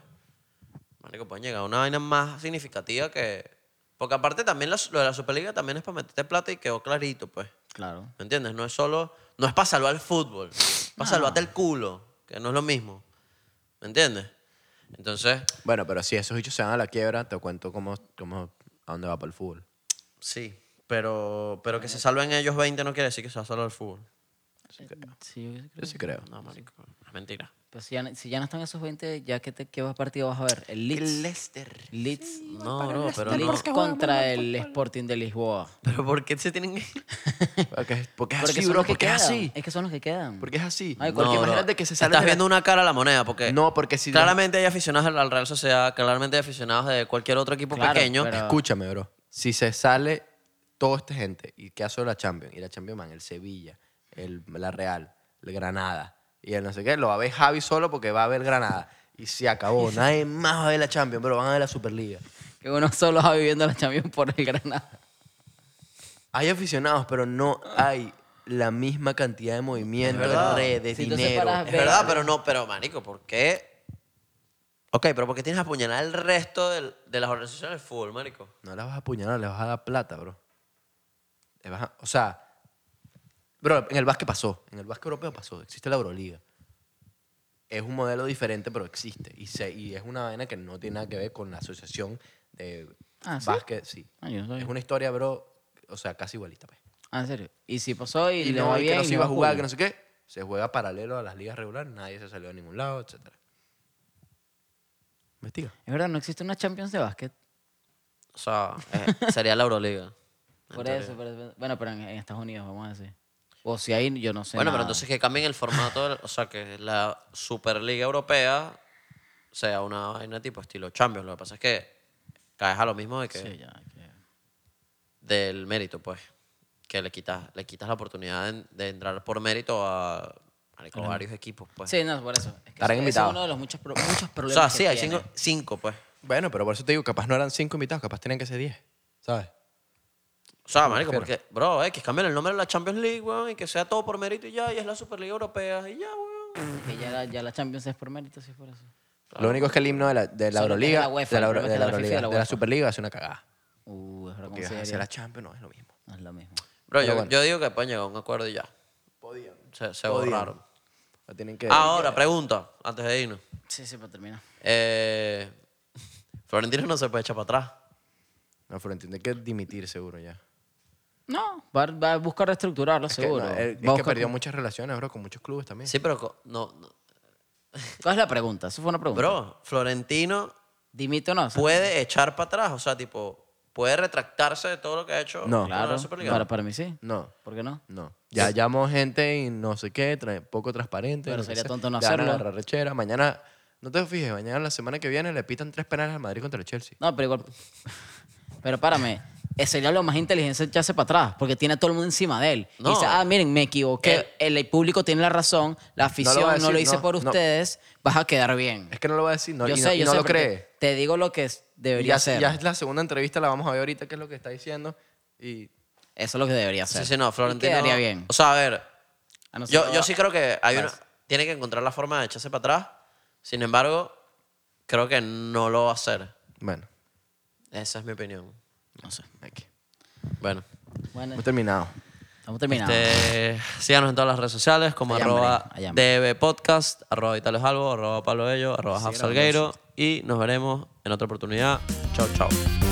Speaker 1: marico, pueden llegar a una vaina más significativa que... Porque aparte también las- lo de la Superliga también es para meterte plata y quedó clarito, pues.
Speaker 3: Claro.
Speaker 1: ¿Me entiendes? No es solo. No es para salvar el fútbol. Para salvarte el culo, que no es lo mismo. ¿Me entiendes? Entonces,
Speaker 2: Bueno, pero si esos bichos se van a la quiebra, te cuento cómo, cómo a dónde va para el fútbol.
Speaker 1: sí. Pero, pero que se salven ellos 20 no quiere decir que se va a salvar el fútbol.
Speaker 3: Sí, yo creo.
Speaker 2: Yo sí creo.
Speaker 1: No, marico. Es mentira.
Speaker 3: Pero si ya, no- si ya no están esos 20, ¿ya qué, te, qué partido vas a ver? El Leeds.
Speaker 2: Leicester.
Speaker 3: Leeds,
Speaker 1: No, bro, pero
Speaker 3: Leeds
Speaker 1: no.
Speaker 3: contra el Sporting de Lisboa.
Speaker 1: ¿Pero por qué se tienen que ir?
Speaker 2: Porque, porque es
Speaker 3: Porque
Speaker 2: así,
Speaker 3: son
Speaker 2: bro.
Speaker 3: los que
Speaker 2: Porque es
Speaker 3: quedan.
Speaker 2: así.
Speaker 3: Es que son los que quedan.
Speaker 2: Porque es así.
Speaker 3: Ay,
Speaker 2: porque
Speaker 1: No, bro.
Speaker 2: imagínate que se sale.
Speaker 1: Estás viendo una cara a la moneda porque...
Speaker 2: No, porque si.
Speaker 1: Claramente hay aficionados al- al Real Sociedad, claramente hay aficionados de cualquier otro equipo
Speaker 3: Claro,
Speaker 1: pequeño.
Speaker 3: pero-
Speaker 2: Escúchame, bro. Si se sale toda esta gente y queda solo la Champions, y la Champions man, el Sevilla, el, la Real, el Granada, y el no sé qué, lo va a ver Javi solo porque va a ver Granada. Y se acabó. Nadie más va a ver la Champions, pero van a ver la Superliga.
Speaker 3: Que uno solo va viviendo la Champions por el Granada.
Speaker 2: Hay aficionados, pero no hay la misma cantidad de movimiento, de red, de
Speaker 3: Si tú
Speaker 2: dinero.
Speaker 3: separas-
Speaker 1: Es verdad, pero no, pero marico, ¿por qué? Ok, pero ¿por qué tienes que apuñalar el resto del- de las organizaciones del fútbol, marico?
Speaker 2: No las vas a apuñalar, le vas a dar plata, bro. Le vas a- o sea, bro, en el básquet pasó. En el básquet europeo pasó. Existe la Euroliga. Es un modelo diferente, pero existe. Y, se- y es una vaina que no tiene nada que ver con la asociación de
Speaker 3: Ah, ¿sí?
Speaker 2: básquet. Sí.
Speaker 3: Ah, yo no sabía.
Speaker 2: Es una historia, bro, o sea, casi igualita. Pues.
Speaker 3: Ah, en serio. Y si pasó y,
Speaker 2: Y,
Speaker 3: le
Speaker 2: no,
Speaker 3: va
Speaker 2: y
Speaker 3: bien.
Speaker 2: que no
Speaker 3: y
Speaker 2: se
Speaker 3: le
Speaker 2: iba a
Speaker 3: va
Speaker 2: jugar,
Speaker 3: cool.
Speaker 2: que no sé qué. Se juega paralelo a las ligas regulares, nadie se salió a ningún lado, etc. Investiga.
Speaker 3: Es verdad, no existe una Champions de básquet.
Speaker 1: O sea, eh, sería la Euroliga.
Speaker 3: Por eso, pero- bueno, pero en, en Estados Unidos, vamos a decir. O si hay, yo no sé.
Speaker 1: Bueno, pero
Speaker 3: nada.
Speaker 1: entonces que cambien el formato, del- o sea, que la Superliga Europea sea una vaina tipo estilo Champions. Lo que pasa es que caes a lo mismo de que
Speaker 3: Sí, ya, que-
Speaker 1: del mérito, pues. Que le quitas, le quitas la oportunidad de, de entrar por mérito a marico, varios equipos, pues.
Speaker 3: Sí, no, por eso. Es que
Speaker 2: Estarán
Speaker 3: ese- ese
Speaker 2: invitados.
Speaker 3: Es uno de los muchos, pro- muchos
Speaker 1: o
Speaker 3: problemas.
Speaker 1: sea,
Speaker 3: que
Speaker 1: sí, hay
Speaker 3: tiene.
Speaker 1: cinco, cinco, pues.
Speaker 2: Bueno, pero por eso te digo, capaz no eran cinco invitados, capaz tenían que ser diez, ¿sabes?
Speaker 1: O sea, marico,
Speaker 2: refiero.
Speaker 1: porque, bro, eh, que cambien el nombre de la Champions League, weón, y que sea todo por mérito y ya, y es la Superliga Europea, y ya, weón.
Speaker 3: Que ya, la, ya la Champions es por mérito, sí, por eso.
Speaker 2: Lo único es que el himno de la, de la
Speaker 3: Solo que es
Speaker 2: Euroliga,
Speaker 3: la UEFA,
Speaker 2: de la,
Speaker 3: el
Speaker 2: Euro-
Speaker 3: problema es
Speaker 2: de
Speaker 3: que
Speaker 2: la
Speaker 3: la FIFA y
Speaker 2: Euroliga,
Speaker 3: la
Speaker 2: de la
Speaker 3: UEFA.
Speaker 2: Superliga es una cagada.
Speaker 3: Uh, es verdad,
Speaker 2: Porque
Speaker 3: como
Speaker 2: hacia
Speaker 3: sería.
Speaker 2: la Champions no es lo mismo.
Speaker 3: No es lo mismo.
Speaker 1: Bro, yo,
Speaker 2: Pero bueno.
Speaker 1: yo digo que pueden llegar a un acuerdo y ya.
Speaker 2: Podían.
Speaker 1: Se, se borraron.
Speaker 2: Lo tienen que...
Speaker 3: Ah.
Speaker 1: Ahora, pregunta, antes de irnos.
Speaker 3: Sí, sí, para terminar.
Speaker 1: Eh, Florentino no se puede echar para atrás.
Speaker 2: No, Florentino, tiene que dimitir seguro ya.
Speaker 3: No, va, va a buscar reestructurarlo,
Speaker 2: Es que,
Speaker 3: seguro.
Speaker 2: no, eh, es- es
Speaker 3: Va a
Speaker 2: que
Speaker 3: buscar-
Speaker 2: perdió muchas relaciones, bro, con muchos clubes también.
Speaker 1: Sí, pero co- no, no.
Speaker 3: ¿Cuál es la pregunta? Eso fue una pregunta.
Speaker 1: Bro, Florentino
Speaker 3: Dimito o no. o sea,
Speaker 1: puede echar para atrás. O sea, tipo, puede retractarse de todo lo que ha hecho
Speaker 2: No.
Speaker 1: con
Speaker 3: Claro,
Speaker 1: la Superliga.
Speaker 3: para, para mí sí.
Speaker 2: No,
Speaker 3: ¿Por qué no?
Speaker 2: no. Ya llamó gente y no sé qué, tra- poco transparente.
Speaker 3: Pero
Speaker 2: lo que
Speaker 3: sería
Speaker 2: sea.
Speaker 3: tonto no
Speaker 2: Le van a
Speaker 3: hacerlo.
Speaker 2: agarrar rechera. Mañana, no te fijes, mañana la semana que viene le pitan tres penales al Madrid contra el Chelsea.
Speaker 3: No, pero igual. Pero párame. eh, Sería lo más inteligente echarse para atrás, porque tiene a todo el mundo encima de él.
Speaker 1: No.
Speaker 3: Y dice, ah, miren, me equivoqué. El, público tiene la razón, la afición no lo,
Speaker 2: decir,
Speaker 3: hice
Speaker 2: no,
Speaker 3: por
Speaker 2: no.
Speaker 3: ustedes, vas a quedar bien.
Speaker 2: Es que no lo va a decir, no,
Speaker 3: yo
Speaker 2: y no,
Speaker 3: sé,
Speaker 2: y
Speaker 3: yo
Speaker 2: no
Speaker 3: sé,
Speaker 2: lo
Speaker 3: porque
Speaker 2: cree.
Speaker 3: Te digo lo que es- debería
Speaker 2: ya,
Speaker 3: ser.
Speaker 2: ya es la segunda entrevista, la vamos a ver ahorita, qué es lo que está diciendo. Y
Speaker 3: Eso es lo que debería ser.
Speaker 1: Sí, sí, no,
Speaker 3: Y
Speaker 1: Florentino.
Speaker 3: Quedaría bien.
Speaker 1: O sea, a ver,
Speaker 3: A no ser
Speaker 1: yo,
Speaker 3: que-
Speaker 1: yo sí creo que hay una, tiene que encontrar la forma de echarse para atrás. Sin embargo, creo que no lo va a hacer.
Speaker 2: bueno,
Speaker 1: Esa es mi opinión.
Speaker 3: No sé.
Speaker 2: aquí.
Speaker 1: Bueno,
Speaker 3: Bueno,
Speaker 2: Hemos terminado.
Speaker 3: estamos terminados.
Speaker 1: este, síganos en todas las redes sociales como
Speaker 3: Hay
Speaker 1: arroba
Speaker 3: hambre, hay
Speaker 1: DB Podcast, arroba Italo Salvo, arroba Pablo Bello, arroba Jaf Salgueiro. Y nos veremos en otra oportunidad. Chao, chao.